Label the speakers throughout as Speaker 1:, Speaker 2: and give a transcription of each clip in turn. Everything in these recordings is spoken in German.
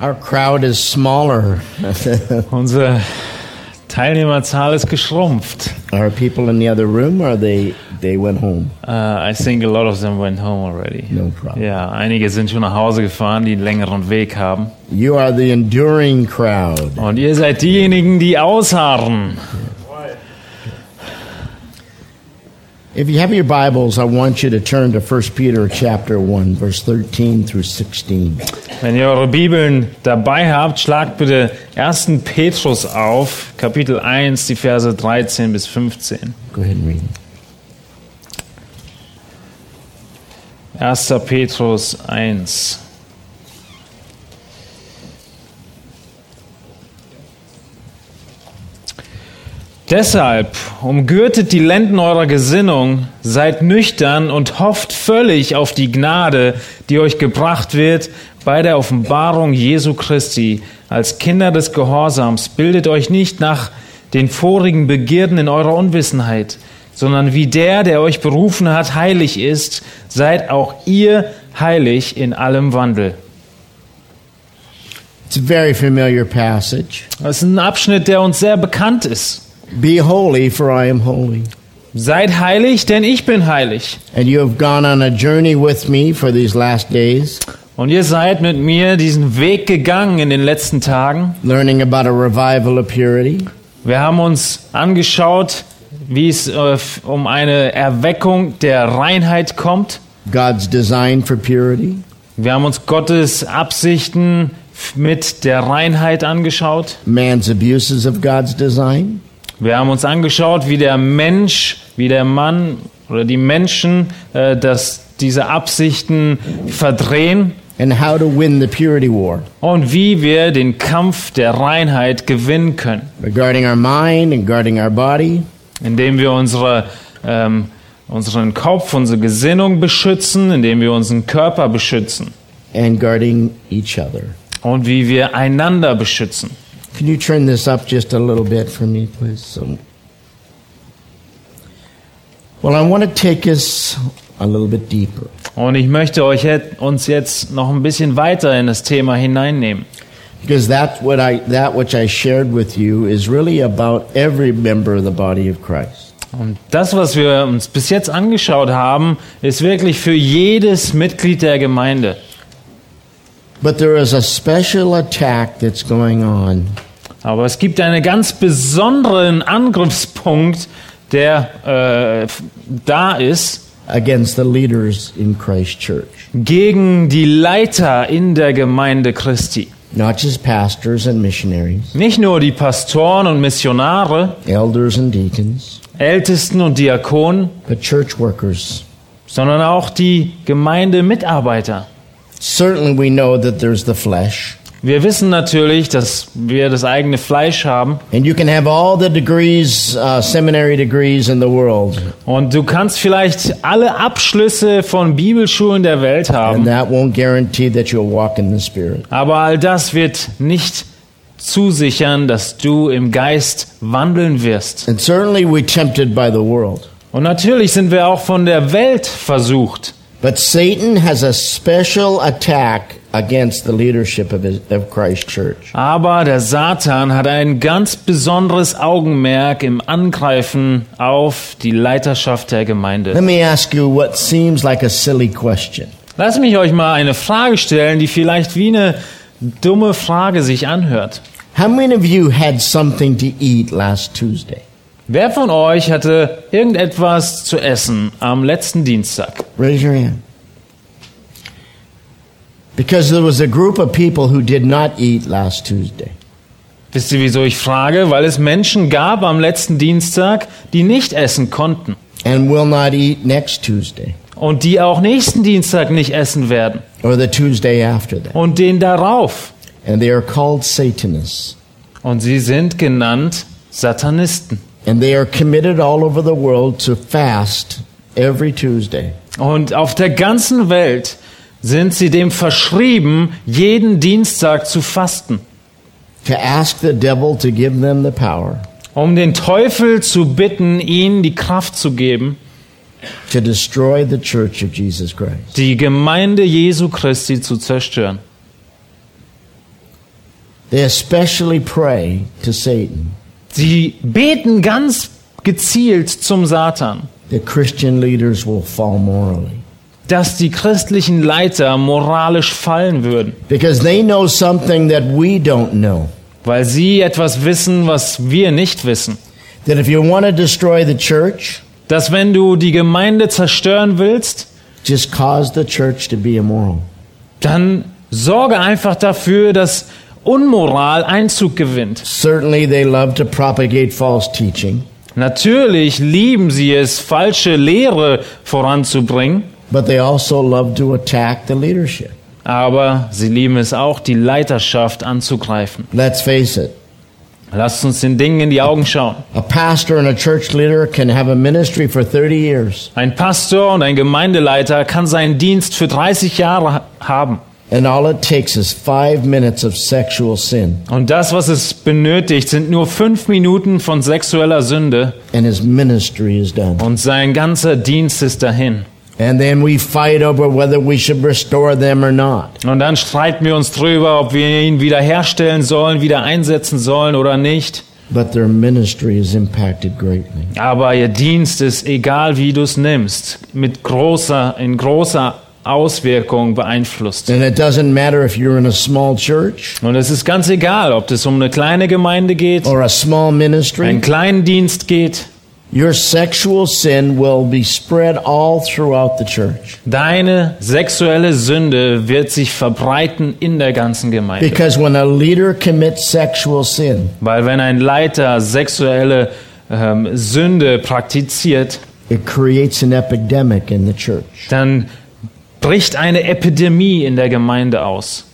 Speaker 1: Our crowd is smaller.
Speaker 2: Unsere Teilnehmerzahl ist geschrumpft.
Speaker 1: Are people in the other room or they they went home?
Speaker 2: Uh, I think a lot of them went home already.
Speaker 1: No problem.
Speaker 2: Ja, einige sind schon nach Hause gefahren, die einen längeren Weg haben.
Speaker 1: You are the enduring crowd.
Speaker 2: Und ihr seid diejenigen, die ausharren.
Speaker 1: If you have your Bibles, I want you to turn to 1 Peter chapter 1 verse 13 through 16.
Speaker 2: Wenn ihr eure Bibeln dabei habt, schlagt bitte 1. Petrus auf, Kapitel 1, die Verse 13 bis 15.
Speaker 1: Go ahead and read.
Speaker 2: 1. Petrus 1. Deshalb umgürtet die Lenden eurer Gesinnung, seid nüchtern und hofft völlig auf die Gnade, die euch gebracht wird bei der Offenbarung Jesu Christi. Als Kinder des Gehorsams bildet euch nicht nach den vorigen Begierden in eurer Unwissenheit, sondern wie der, der euch berufen hat, heilig ist, seid auch ihr heilig in allem Wandel.
Speaker 1: It's a very familiar passage.
Speaker 2: Das ist ein Abschnitt, der uns sehr bekannt ist.
Speaker 1: Be holy for I am holy.
Speaker 2: Seid heilig, denn ich bin heilig.
Speaker 1: And you have gone on a journey with me for these last days,
Speaker 2: Und ihr seid mit mir diesen Weg gegangen in den letzten Tagen.
Speaker 1: learning about a revival of purity,
Speaker 2: Wir haben uns angeschaut, wie es äh, f- um eine Erweckung der Reinheit kommt.
Speaker 1: God's design for purity,
Speaker 2: Wir haben uns Gottes Absichten f- mit der Reinheit angeschaut.
Speaker 1: man's abuses of God's design,
Speaker 2: Wir haben uns angeschaut, wie der Mensch, wie der Mann oder die Menschen äh, das, diese Absichten verdrehen
Speaker 1: and how to win the purity war.
Speaker 2: und wie wir den Kampf der Reinheit gewinnen können,
Speaker 1: regarding our mind and guarding our body,
Speaker 2: indem wir unsere, ähm, unseren Kopf, unsere Gesinnung beschützen, indem wir unseren Körper beschützen
Speaker 1: and guarding each other.
Speaker 2: und wie wir einander beschützen.
Speaker 1: Can you turn this up just a little bit for me, please? So, well, I want to take us a little bit deeper.
Speaker 2: Und ich möchte euch jetzt- uns jetzt noch ein bisschen weiter in das Thema hineinnehmen.
Speaker 1: Because that's what I, that which I shared with you is really about every member of the body of Christ.
Speaker 2: Und das, was wir uns bis jetzt angeschaut haben, ist wirklich für jedes Mitglied der Gemeinde.
Speaker 1: But there is a special attack that's going on
Speaker 2: Aber es gibt einen ganz besonderen Angriffspunkt, der äh, f- da ist
Speaker 1: against the leaders in Christ Church.
Speaker 2: gegen die Leiter in der Gemeinde Christi.
Speaker 1: Not just pastors and missionaries,
Speaker 2: Nicht nur die Pastoren und Missionare,
Speaker 1: elders and deacons,
Speaker 2: Ältesten und Diakonen,
Speaker 1: but church workers.
Speaker 2: sondern auch die Gemeindemitarbeiter.
Speaker 1: Certainly, we know that there's the flesh,
Speaker 2: Wir wissen natürlich, dass wir das eigene Fleisch haben.
Speaker 1: and you can have all the degrees, uh, seminary degrees in the world,
Speaker 2: Und du kannst vielleicht alle Abschlüsse von Bibelschulen der Welt
Speaker 1: and
Speaker 2: haben,
Speaker 1: that won't guarantee that you'll walk in the Spirit.
Speaker 2: aber all das wird nicht zusichern, dass du im Geist wandeln wirst.
Speaker 1: And certainly, we're tempted by the world.
Speaker 2: Und natürlich sind wir auch von der Welt versucht.
Speaker 1: But Satan has a special attack against the leadership of, his, of Christ Church.
Speaker 2: Aber der Satan hat ein ganz besonderes Augenmerk im Angreifen auf die Leiterschaft der Gemeinde.
Speaker 1: Let me ask you what seems like a silly question.
Speaker 2: Lass mich euch mal eine Frage stellen, die vielleicht wie eine dumme Frage sich anhört.
Speaker 1: How many of you had something to eat last Tuesday?
Speaker 2: Wer von euch hatte irgendetwas zu essen am letzten Dienstag?
Speaker 1: Raise your hand. Because there was a group of people who did not eat last Tuesday.
Speaker 2: Wisst ihr, wieso ich frage? Weil es Menschen gab am letzten Dienstag, die nicht essen konnten
Speaker 1: and will not eat next Tuesday
Speaker 2: und die auch nächsten Dienstag nicht essen werden
Speaker 1: or the Tuesday after that.
Speaker 2: und den darauf.
Speaker 1: and they are called Satanists.
Speaker 2: Und sie sind genannt Satanisten.
Speaker 1: And they are committed all over the world to fast every Tuesday.
Speaker 2: Und auf der ganzen Welt sind sie dem verschrieben, jeden Dienstag zu fasten,
Speaker 1: to ask the devil to give them the power
Speaker 2: um den Teufel zu bitten, ihnen die Kraft zu geben,
Speaker 1: to destroy the church of Jesus Christ.
Speaker 2: die Gemeinde Jesu Christi zu zerstören.
Speaker 1: They especially pray to Satan,
Speaker 2: Sie beten ganz gezielt zum Satan,
Speaker 1: that Christian leaders will fall morally
Speaker 2: dass die christlichen Leiter moralisch fallen würden,
Speaker 1: because they know something that we don't know.
Speaker 2: weil sie etwas wissen, was wir nicht wissen.
Speaker 1: That if you want to destroy the church,
Speaker 2: Dass wenn du die Gemeinde zerstören willst,
Speaker 1: just cause the church to be immoral.
Speaker 2: dann sorge einfach dafür, dass Unmoral Einzug gewinnt.
Speaker 1: Certainly, they love to propagate false teaching,
Speaker 2: Natürlich lieben sie es, falsche Lehre voranzubringen,
Speaker 1: but they also love to attack the leadership.
Speaker 2: aber sie lieben es auch, die Leiterschaft anzugreifen.
Speaker 1: Let's face it,
Speaker 2: Lasst uns den Dingen in die Augen schauen.
Speaker 1: a pastor and a church leader can have a ministry for 30 years.
Speaker 2: Ein Pastor und ein Gemeindeleiter kann seinen Dienst für 30 Jahre ha- haben.
Speaker 1: And all it takes is five minutes of sexual sin,
Speaker 2: Und das, was es benötigt, sind nur fünf Minuten von sexueller Sünde
Speaker 1: and his ministry is done.
Speaker 2: und sein ganzer Dienst ist dahin.
Speaker 1: And then we fight over whether we should restore them or not.
Speaker 2: Und dann streiten wir uns drüber, ob wir ihn wiederherstellen sollen, wieder einsetzen sollen oder nicht.
Speaker 1: But their ministry is impacted greatly.
Speaker 2: Aber ihr Dienst ist, egal wie du es nimmst, mit großer, in großer Auswirkung beeinflusst.
Speaker 1: And it doesn't matter if you're in a small church
Speaker 2: Und es ist ganz egal, ob es um eine kleine Gemeinde geht,
Speaker 1: or a small
Speaker 2: einen
Speaker 1: ministry,
Speaker 2: kleinen Dienst geht.
Speaker 1: your sexual sin will be spread all throughout the church.
Speaker 2: Deine sexuelle Sünde wird sich verbreiten in der ganzen Gemeinde.
Speaker 1: Because when a leader commits sexual sin,
Speaker 2: Weil wenn ein Leiter sexuelle ähm, Sünde praktiziert,
Speaker 1: it creates an epidemic in the church.
Speaker 2: dann bricht eine Epidemie in der Gemeinde aus.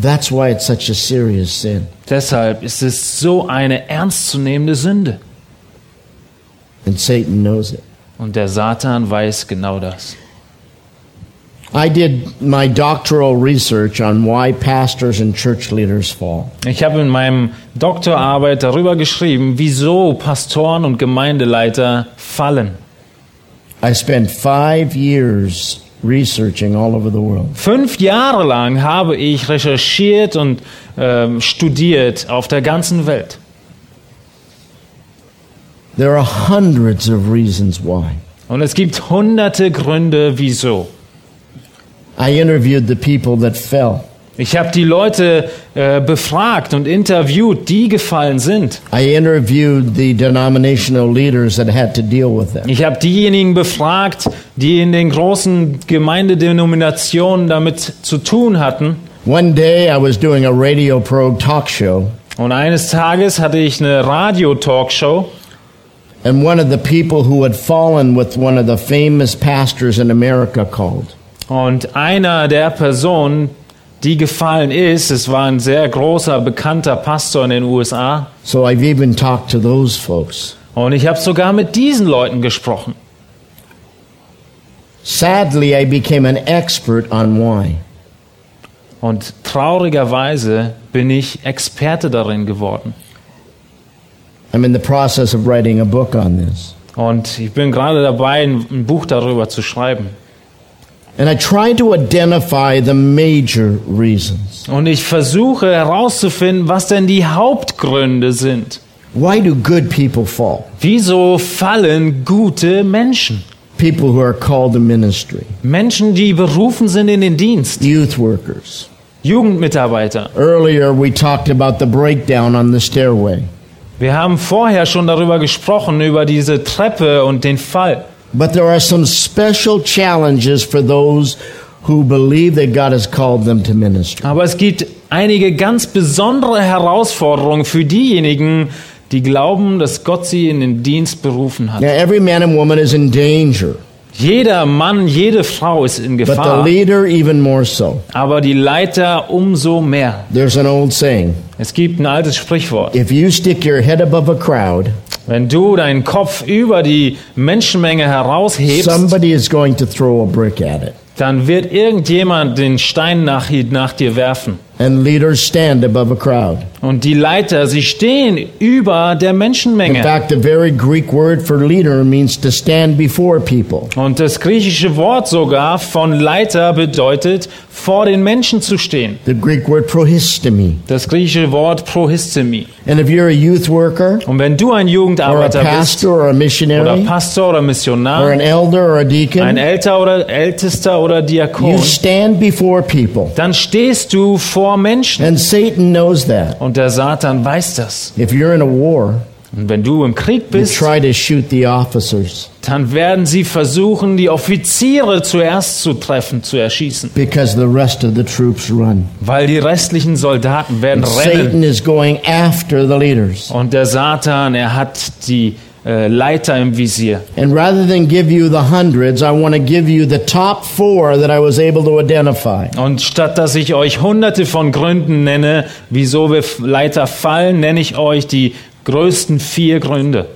Speaker 1: That's why it's such a serious sin.
Speaker 2: Deshalb ist es so eine ernstzunehmende Sünde.
Speaker 1: And Satan knows it.
Speaker 2: Und der Satan weiß genau das.
Speaker 1: I did my doctoral research on why pastors and church leaders fall.
Speaker 2: Ich habe in meinem Doktorarbeit darüber geschrieben, wieso Pastoren und Gemeindeleiter fallen.
Speaker 1: I spent five years researching all over the world.
Speaker 2: Fünf Jahre lang habe ich recherchiert und ähm, studiert auf der ganzen Welt.
Speaker 1: There are hundreds of reasons why.
Speaker 2: Und es gibt hunderte Gründe, wieso.
Speaker 1: I interviewed the people that fell.
Speaker 2: Ich habe die Leute äh, befragt und interviewt, die gefallen sind.
Speaker 1: I interviewed the denominational leaders that had to deal with it.
Speaker 2: Ich habe diejenigen befragt, die in den großen Gemeindedenominationen damit zu tun hatten.
Speaker 1: One day I was doing a radio pro talk show,
Speaker 2: Und eines Tages hatte ich eine Radio-Talkshow
Speaker 1: and one of the people who had fallen with one of the famous pastors in America called.
Speaker 2: und einer der Personen, die gefallen ist, es war ein sehr großer, bekannter Pastor in den USA,
Speaker 1: So I've even talked to those folks.
Speaker 2: und ich habe sogar mit diesen Leuten gesprochen.
Speaker 1: Sadly, I became an expert on why.
Speaker 2: Und traurigerweise bin ich Experte darin geworden.
Speaker 1: I'm in the process of writing a book on this.
Speaker 2: Und ich bin gerade dabei, ein ein Buch darüber zu schreiben.
Speaker 1: And I try to identify the major reasons.
Speaker 2: Und ich versuche herauszufinden, was denn die Hauptgründe sind.
Speaker 1: Why do good people fall?
Speaker 2: Wieso fallen gute Menschen?
Speaker 1: People who are called to ministry,
Speaker 2: Menschen, die berufen sind in den Dienst,
Speaker 1: youth workers.
Speaker 2: Jugendmitarbeiter.
Speaker 1: Earlier, we talked about the breakdown on the stairway.
Speaker 2: Wir haben vorher schon darüber gesprochen, über diese Treppe und den Fall.
Speaker 1: But there are some special challenges for those who believe that God has called them to ministry.
Speaker 2: Aber es gibt einige ganz besondere Herausforderungen für diejenigen, die glauben, dass Gott sie in den Dienst berufen hat.
Speaker 1: Now, every man and woman is in danger
Speaker 2: Jeder Mann, jede Frau ist in
Speaker 1: but the
Speaker 2: Gefahr,
Speaker 1: leader even more so.
Speaker 2: aber die Leiter umso mehr.
Speaker 1: There's an old saying
Speaker 2: Es gibt ein altes Sprichwort.
Speaker 1: if you stick your head above a crowd,
Speaker 2: Wenn du deinen Kopf über die Menschenmenge heraushebst,
Speaker 1: somebody is going to throw a brick at it.
Speaker 2: dann wird irgendjemand den Stein nach, nach dir werfen.
Speaker 1: And leaders stand above a crowd.
Speaker 2: Und die Leiter, sie stehen über der
Speaker 1: In
Speaker 2: Menschenmenge.
Speaker 1: fact, the very Greek word for leader means to stand before people.
Speaker 2: Und das griechische Wort sogar von Leiter bedeutet, vor den Menschen zu stehen.
Speaker 1: The Greek word prohistemi.
Speaker 2: Das griechische Wort prohistemi.
Speaker 1: And if you're a youth worker
Speaker 2: Und wenn du ein
Speaker 1: or a
Speaker 2: Jugendarbeiter bist,
Speaker 1: pastor or a
Speaker 2: oder
Speaker 1: missionary
Speaker 2: Pastor oder Missionar,
Speaker 1: or an elder or a
Speaker 2: ein
Speaker 1: deacon,
Speaker 2: Älter oder Ältester oder
Speaker 1: you
Speaker 2: Diakon,
Speaker 1: stand before people.
Speaker 2: dann stehst du vor Menschen.
Speaker 1: And Satan knows that.
Speaker 2: Und der Satan weiß das.
Speaker 1: If you're in a war,
Speaker 2: Und wenn du im Krieg
Speaker 1: you
Speaker 2: bist,
Speaker 1: try to shoot the officers
Speaker 2: dann werden sie versuchen, die Offiziere zuerst zu treffen, zu erschießen.
Speaker 1: because the rest of the troops run.
Speaker 2: Weil die restlichen Soldaten werden rennen.
Speaker 1: Satan is going after the leaders.
Speaker 2: Und der Satan, er hat die äh, Leiter im Visier.
Speaker 1: And rather than give you the hundreds, I want to give you the top four that I was able to identify.
Speaker 2: Und statt dass ich euch hunderte von Gründen nenne, wieso wir F- Leiter fallen, nenne ich euch die größten vier Gründe.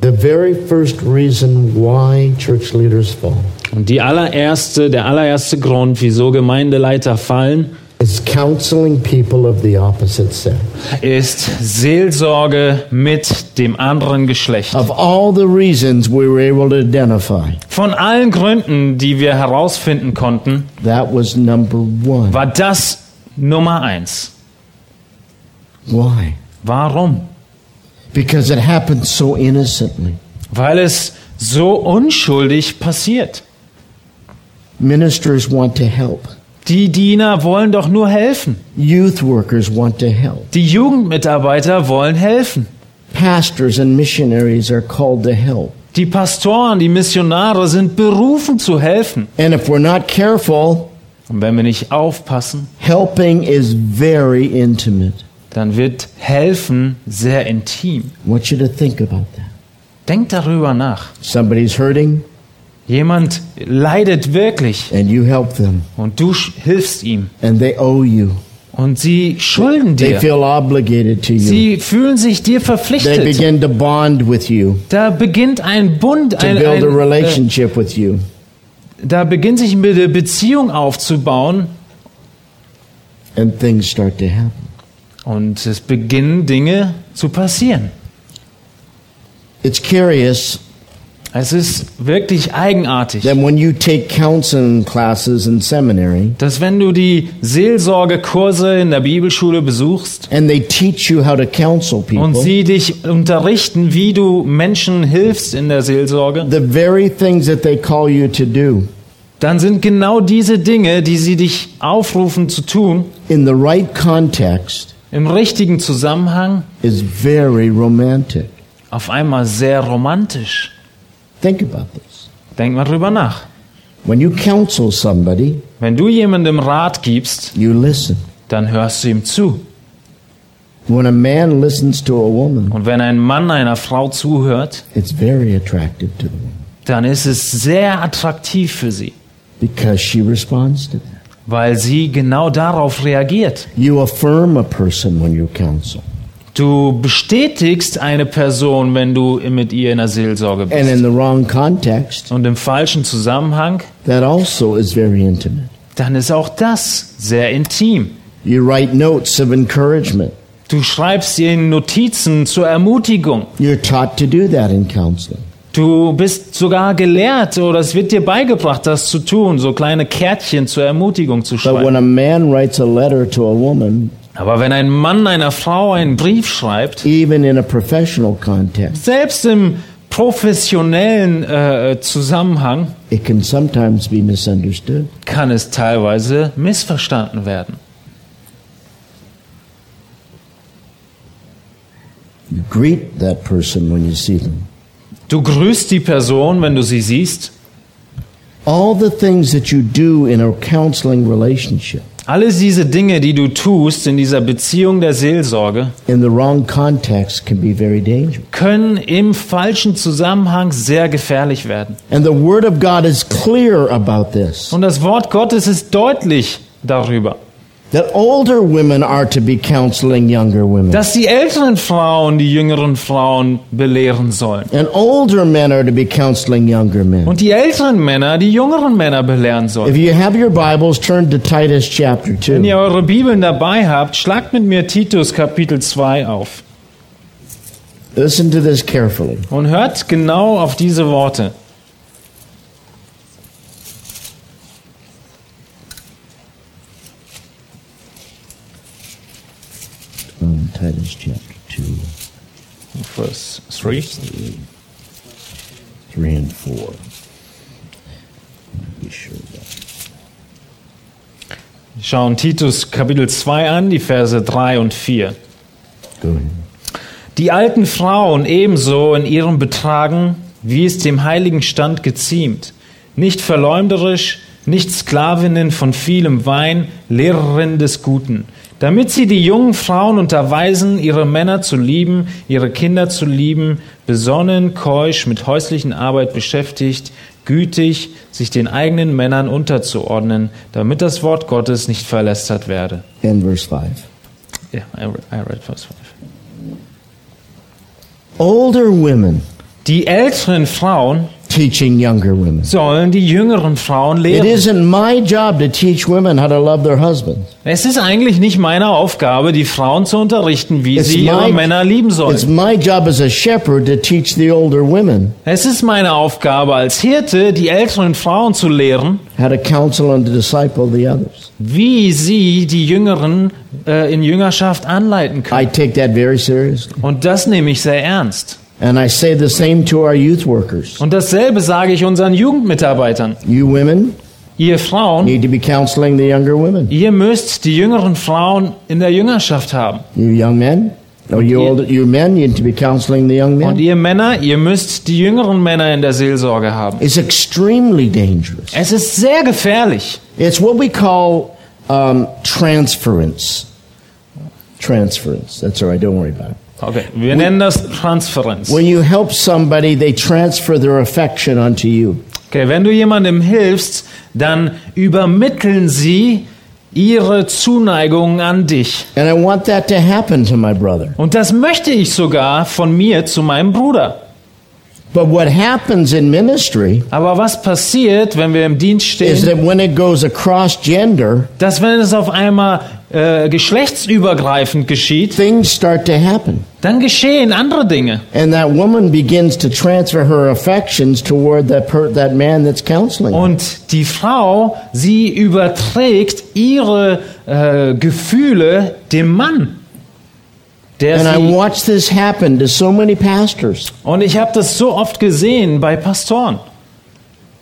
Speaker 1: The very first reason why church leaders fall
Speaker 2: Und die allererste, der allererste Grund, wieso Gemeindeleiter fallen,
Speaker 1: is counseling people of the opposite sex.
Speaker 2: ist Seelsorge mit dem anderen Geschlecht.
Speaker 1: Of all the reasons we were able to identify,
Speaker 2: Von allen Gründen, die wir herausfinden konnten,
Speaker 1: that was number one.
Speaker 2: war das Nummer eins.
Speaker 1: Why?
Speaker 2: Warum?
Speaker 1: Because it happened so innocently.
Speaker 2: Weil es so unschuldig passiert.
Speaker 1: Ministers want to help.
Speaker 2: Die Diener wollen doch nur helfen.
Speaker 1: Youth workers want to help.
Speaker 2: Die Jugendmitarbeiter wollen helfen.
Speaker 1: Pastors and missionaries are called to help.
Speaker 2: Die Pastoren, die Missionare sind berufen zu helfen.
Speaker 1: And if we're not careful,
Speaker 2: Und wenn wir nicht aufpassen,
Speaker 1: helping is very intimate.
Speaker 2: dann wird helfen sehr intim.
Speaker 1: I want you to think about that.
Speaker 2: Denkt darüber nach.
Speaker 1: Somebody's hurting,
Speaker 2: Jemand leidet wirklich
Speaker 1: and you help them,
Speaker 2: und du sch- hilfst ihm
Speaker 1: and they owe you.
Speaker 2: und sie schulden
Speaker 1: They
Speaker 2: dir.
Speaker 1: feel obligated to you.
Speaker 2: Sie fühlen sich dir
Speaker 1: They
Speaker 2: verpflichtet.
Speaker 1: begin to bond with you,
Speaker 2: Da beginnt ein Bund,
Speaker 1: to
Speaker 2: ein,
Speaker 1: build a
Speaker 2: ein, äh,
Speaker 1: relationship with you.
Speaker 2: da beginnt sich eine Beziehung aufzubauen
Speaker 1: And things start to happen.
Speaker 2: und es beginnen Dinge zu passieren.
Speaker 1: It's curious
Speaker 2: Es ist wirklich eigenartig.
Speaker 1: that when you take counseling classes in seminary,
Speaker 2: dass wenn du die Seelsorgekurse in der Bibelschule besuchst
Speaker 1: and they teach you how to counsel
Speaker 2: und
Speaker 1: people,
Speaker 2: sie dich unterrichten, wie du Menschen hilfst in der Seelsorge,
Speaker 1: the very things that they call you to do
Speaker 2: dann sind genau diese Dinge, die sie dich aufrufen zu tun,
Speaker 1: in the right context
Speaker 2: im richtigen Zusammenhang
Speaker 1: is very romantic.
Speaker 2: auf einmal sehr romantisch.
Speaker 1: Think about this.
Speaker 2: Denk mal drüber nach.
Speaker 1: When you counsel somebody,
Speaker 2: Wenn du jemandem Rat gibst,
Speaker 1: you listen.
Speaker 2: dann hörst du ihm zu.
Speaker 1: When a man listens to a woman,
Speaker 2: Und wenn ein Mann einer Frau zuhört,
Speaker 1: it's very attractive to the woman
Speaker 2: dann ist es sehr attraktiv für sie,
Speaker 1: because she responds to that.
Speaker 2: weil sie genau darauf reagiert.
Speaker 1: You affirm a person when you counsel.
Speaker 2: Du bestätigst eine Person, wenn du mit ihr in der Seelsorge
Speaker 1: And in
Speaker 2: bist.
Speaker 1: the wrong context,
Speaker 2: Und im falschen Zusammenhang,
Speaker 1: that also is very intimate.
Speaker 2: dann ist auch das sehr intim.
Speaker 1: You write notes of encouragement.
Speaker 2: Du schreibst ihr Notizen zur Ermutigung.
Speaker 1: You're taught to do that in counseling.
Speaker 2: Du bist sogar gelehrt oder es wird dir beigebracht, das zu tun, so kleine Kärtchen zur Ermutigung zu
Speaker 1: But when
Speaker 2: schreiben.
Speaker 1: a man writes a letter to a woman,
Speaker 2: Aber wenn ein Mann einer Frau einen Brief schreibt,
Speaker 1: even in a professional context,
Speaker 2: selbst im professionellen äh, Zusammenhang,
Speaker 1: it can sometimes be misunderstood.
Speaker 2: kann es teilweise missverstanden werden.
Speaker 1: You greet that person when you see them.
Speaker 2: Du grüßt die Person, wenn du sie siehst.
Speaker 1: All the things that you do in a counseling relationship
Speaker 2: Alles diese Dinge, die du tust in dieser Beziehung der Seelsorge,
Speaker 1: in the wrong context can be very dangerous.
Speaker 2: können im falschen Zusammenhang sehr gefährlich werden.
Speaker 1: And the Word of God is clear about this
Speaker 2: Und das Wort Gottes ist deutlich darüber,
Speaker 1: that older women are to be counseling younger women,
Speaker 2: dass die älteren Frauen die jüngeren Frauen belehren sollen.
Speaker 1: and older men are to be counseling younger men.
Speaker 2: Und die älteren Männer die jüngeren Männer belehren sollen.
Speaker 1: If you have your Bibles, turn to Titus chapter
Speaker 2: Wenn
Speaker 1: 2.
Speaker 2: ihr eure Bibeln dabei habt, schlagt mit mir Titus Kapitel 2 auf
Speaker 1: Listen to this carefully.
Speaker 2: und hört genau auf diese Worte.
Speaker 1: Um, Titus chapter 2,
Speaker 2: Vers 3.
Speaker 1: 3 and 4. Be sure of that.
Speaker 2: Wir Schauen Titus Kapitel 2 an, die Verse 3 und 4.
Speaker 1: Go ahead.
Speaker 2: Die alten Frauen ebenso in ihrem Betragen, wie es dem heiligen Stand geziemt. Nicht verleumderisch, nicht Sklavinnen von vielem Wein, Lehrerinnen des Guten. Damit sie die jungen Frauen unterweisen, ihre Männer zu lieben, ihre Kinder zu lieben, besonnen, keusch, mit häuslichen Arbeit beschäftigt, gütig, sich den eigenen Männern unterzuordnen, damit das Wort Gottes nicht verlästert werde.
Speaker 1: And verse 5.
Speaker 2: Ja, I read- I read verse 5.
Speaker 1: Older women
Speaker 2: Die älteren Frauen
Speaker 1: teaching younger women.
Speaker 2: sollen die jüngeren Frauen
Speaker 1: It
Speaker 2: lehren.
Speaker 1: isn't my job to teach women how to love their husbands.
Speaker 2: Es ist eigentlich nicht meine Aufgabe, die Frauen zu unterrichten, wie sie ihre Männer lieben
Speaker 1: it's
Speaker 2: sollen.
Speaker 1: my job as a shepherd to teach the older women
Speaker 2: Es ist meine Aufgabe als Hirte, die älteren Frauen zu lehren,
Speaker 1: how to counsel and to disciple the others.
Speaker 2: wie sie die Jüngeren äh, in Jüngerschaft anleiten können.
Speaker 1: I take that very seriously.
Speaker 2: Und das nehme ich sehr ernst.
Speaker 1: And I say the same to our youth workers.
Speaker 2: Und dasselbe sage ich unseren Jugendmitarbeitern.
Speaker 1: You women
Speaker 2: Ihr Frauen,
Speaker 1: need to be counseling the younger women.
Speaker 2: ihr müsst die jüngeren Frauen in der Jüngerschaft haben.
Speaker 1: You young men, or you
Speaker 2: ihr-
Speaker 1: older, you men need to be counseling the young
Speaker 2: Und
Speaker 1: men.
Speaker 2: ihr Männer, ihr müsst die jüngeren Männer in der Seelsorge haben.
Speaker 1: It's extremely dangerous.
Speaker 2: Es ist sehr gefährlich.
Speaker 1: It's what we call um, transference. Transference. That's all right. Don't worry about it.
Speaker 2: Okay, wir nennen das Transferenz.
Speaker 1: When you help somebody, they transfer their affection onto you.
Speaker 2: Okay, wenn du jemandem hilfst, dann übermitteln sie ihre Zuneigung an dich.
Speaker 1: And I want that to happen to my brother.
Speaker 2: Und das möchte ich sogar von mir zu meinem Bruder.
Speaker 1: But what happens in ministry
Speaker 2: Aber was passiert, wenn wir im Dienst stehen,
Speaker 1: is that when it goes across gender,
Speaker 2: dass wenn es auf einmal äh, geschlechtsübergreifend geschieht,
Speaker 1: things start to happen.
Speaker 2: dann geschehen andere Dinge.
Speaker 1: And that woman begins to transfer her affections toward that, per- that man that's counseling. her.
Speaker 2: Und die Frau, sie überträgt ihre äh, Gefühle dem Mann. Der
Speaker 1: And I
Speaker 2: sie,
Speaker 1: watch this happen to so many pastors
Speaker 2: und ich habe das so oft gesehen bei Pastoren,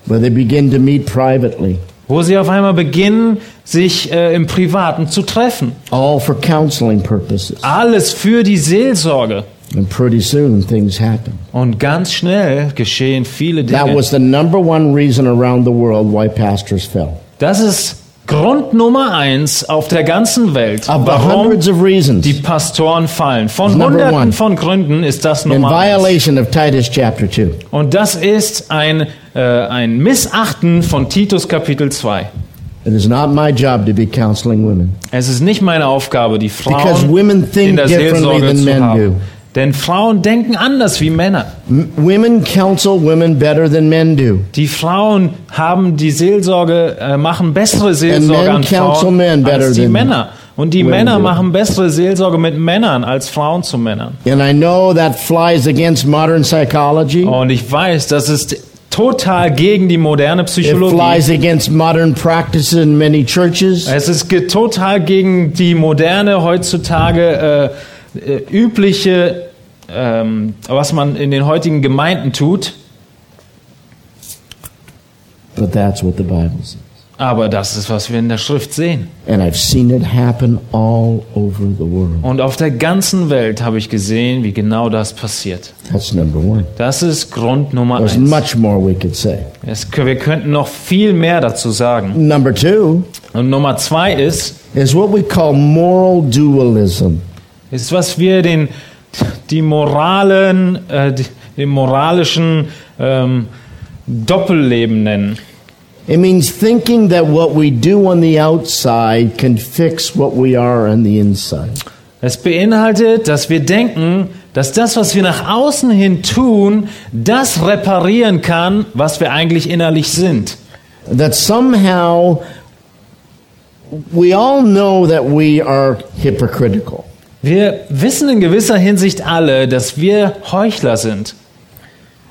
Speaker 1: where they begin to meet privately,
Speaker 2: wo sie auf einmal beginnen, sich äh, im Privaten zu treffen.
Speaker 1: all for counseling purposes.
Speaker 2: Alles für die Seelsorge.
Speaker 1: And pretty soon things happen.
Speaker 2: Und ganz schnell geschehen viele
Speaker 1: That
Speaker 2: Dinge.
Speaker 1: was the number one reason around the world why pastors fell.
Speaker 2: Das ist Grund Nummer eins auf der ganzen Welt,
Speaker 1: Of the
Speaker 2: warum
Speaker 1: hundreds of reasons.
Speaker 2: die Pastoren fallen. Von
Speaker 1: Number one.
Speaker 2: Hunderten von Gründen ist das
Speaker 1: In
Speaker 2: Nummer eins.
Speaker 1: violation of Titus chapter 2.
Speaker 2: Und das ist ein, äh, ein Missachten von Titus Kapitel 2.
Speaker 1: It is not my job to be counseling women.
Speaker 2: Es ist nicht meine Aufgabe, die
Speaker 1: Because women
Speaker 2: Frauen
Speaker 1: think
Speaker 2: in der
Speaker 1: differently
Speaker 2: Seelsorge
Speaker 1: than
Speaker 2: zu
Speaker 1: men do.
Speaker 2: haben. Denn Frauen denken anders wie Männer.
Speaker 1: M- women counsel women better than men do.
Speaker 2: Die Frauen haben die Seelsorge, äh, machen bessere Seelsorge
Speaker 1: men
Speaker 2: an
Speaker 1: counsel
Speaker 2: Frauen
Speaker 1: men better
Speaker 2: als die
Speaker 1: than
Speaker 2: Männer. Und die
Speaker 1: women
Speaker 2: Männer
Speaker 1: do.
Speaker 2: machen bessere Seelsorge mit Männern als Frauen zu Männern.
Speaker 1: And I know that flies against modern psychology.
Speaker 2: Und ich weiß, das ist total gegen die moderne
Speaker 1: It
Speaker 2: Psychologie.
Speaker 1: flies against modern practices in many churches.
Speaker 2: Es ist ge- total gegen die moderne, heutzutage äh, äh, übliche, ähm, was man in den heutigen Gemeinden tut.
Speaker 1: But that's what the Bible says.
Speaker 2: Aber das ist, was wir in der Schrift sehen.
Speaker 1: And I've seen it happen all over the world.
Speaker 2: Und auf der ganzen Welt habe ich gesehen, wie genau das passiert.
Speaker 1: That's number one.
Speaker 2: Das ist Grund Nummer
Speaker 1: There's
Speaker 2: eins.
Speaker 1: much more we could say.
Speaker 2: Es, wir könnten noch viel mehr dazu sagen.
Speaker 1: Number two,
Speaker 2: Und Nummer zwei ist,
Speaker 1: is what we call moral dualism.
Speaker 2: ist was wir den, die moralen, äh, die, den moralischen ähm, Doppelleben nennen.
Speaker 1: It means thinking that what we do on the outside can fix what we are on the inside.
Speaker 2: Es beinhaltet, dass wir denken, dass das, was wir nach außen hin tun, das reparieren kann, was wir eigentlich innerlich sind.
Speaker 1: That somehow we all know that we are hypocritical.
Speaker 2: Wir wissen in gewisser Hinsicht alle, dass wir Heuchler sind.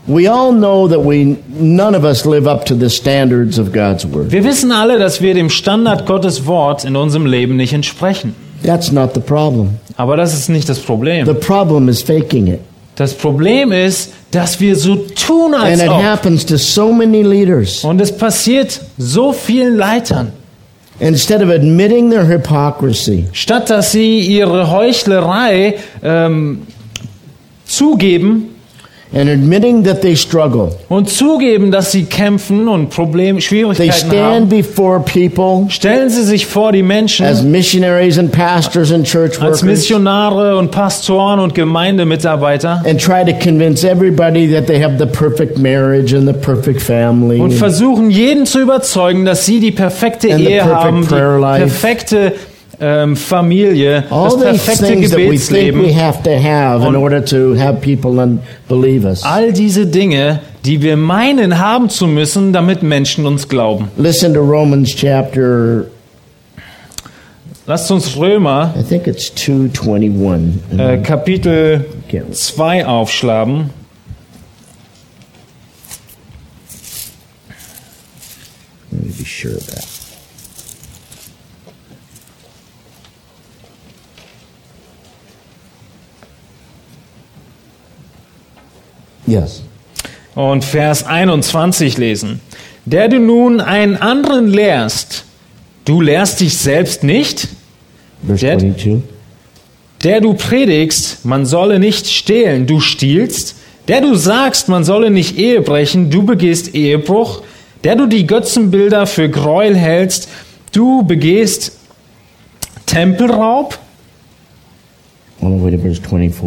Speaker 1: We all know that we none of us live up to the standards of God's word.
Speaker 2: Wir wissen alle, dass wir dem Standard Gottes Wort in unserem Leben nicht entsprechen.
Speaker 1: That's not the problem.
Speaker 2: Aber das ist nicht das
Speaker 1: The
Speaker 2: Problem.
Speaker 1: problem is faking it.
Speaker 2: Das Problem ist, dass wir so tun,
Speaker 1: And
Speaker 2: als
Speaker 1: it
Speaker 2: ob.
Speaker 1: happens to so many leaders.
Speaker 2: Und es passiert so vielen Leitern.
Speaker 1: Instead of admitting their hypocrisy,
Speaker 2: Statt dass sie ihre Heuchlerei ähm, zugeben
Speaker 1: and admitting that they struggle.
Speaker 2: und zugeben, dass sie kämpfen und Probleme,
Speaker 1: They
Speaker 2: Schwierigkeiten
Speaker 1: stand
Speaker 2: haben,
Speaker 1: before people
Speaker 2: stellen sie sich vor die Menschen
Speaker 1: as missionaries and pastors and church
Speaker 2: als
Speaker 1: workers
Speaker 2: Missionare und Pastoren und Gemeindemitarbeiter
Speaker 1: and try to convince everybody that they have the perfect marriage and the perfect family.
Speaker 2: und versuchen jeden zu überzeugen, dass sie die perfekte
Speaker 1: And the
Speaker 2: Ehe
Speaker 1: perfect
Speaker 2: haben, die
Speaker 1: prayer life.
Speaker 2: perfekte ähm, Familie,
Speaker 1: All
Speaker 2: das
Speaker 1: these
Speaker 2: perfekte
Speaker 1: things that we think we
Speaker 2: Gebetsleben.
Speaker 1: have to have in
Speaker 2: Und-
Speaker 1: order to have people un- believe us.
Speaker 2: All diese Dinge, die wir meinen haben zu müssen, damit Menschen uns glauben.
Speaker 1: Listen to Romans chapter,
Speaker 2: Lasst uns Römer
Speaker 1: I think it's 221.
Speaker 2: äh, Kapitel
Speaker 1: Okay.
Speaker 2: 2 aufschlagen.
Speaker 1: Let me be sure of that. Yes.
Speaker 2: und Vers 21 lesen. Der du nun einen anderen lehrst, du lehrst dich selbst nicht?
Speaker 1: Verse
Speaker 2: Dead.
Speaker 1: 22.
Speaker 2: Der du predigst, man solle nicht stehlen, du stiehlst? Der du sagst, man solle nicht Ehe brechen, du begehst Ehebruch? Der du die Götzenbilder für Gräuel hältst, du begehst Tempelraub?
Speaker 1: On the way to verse 24.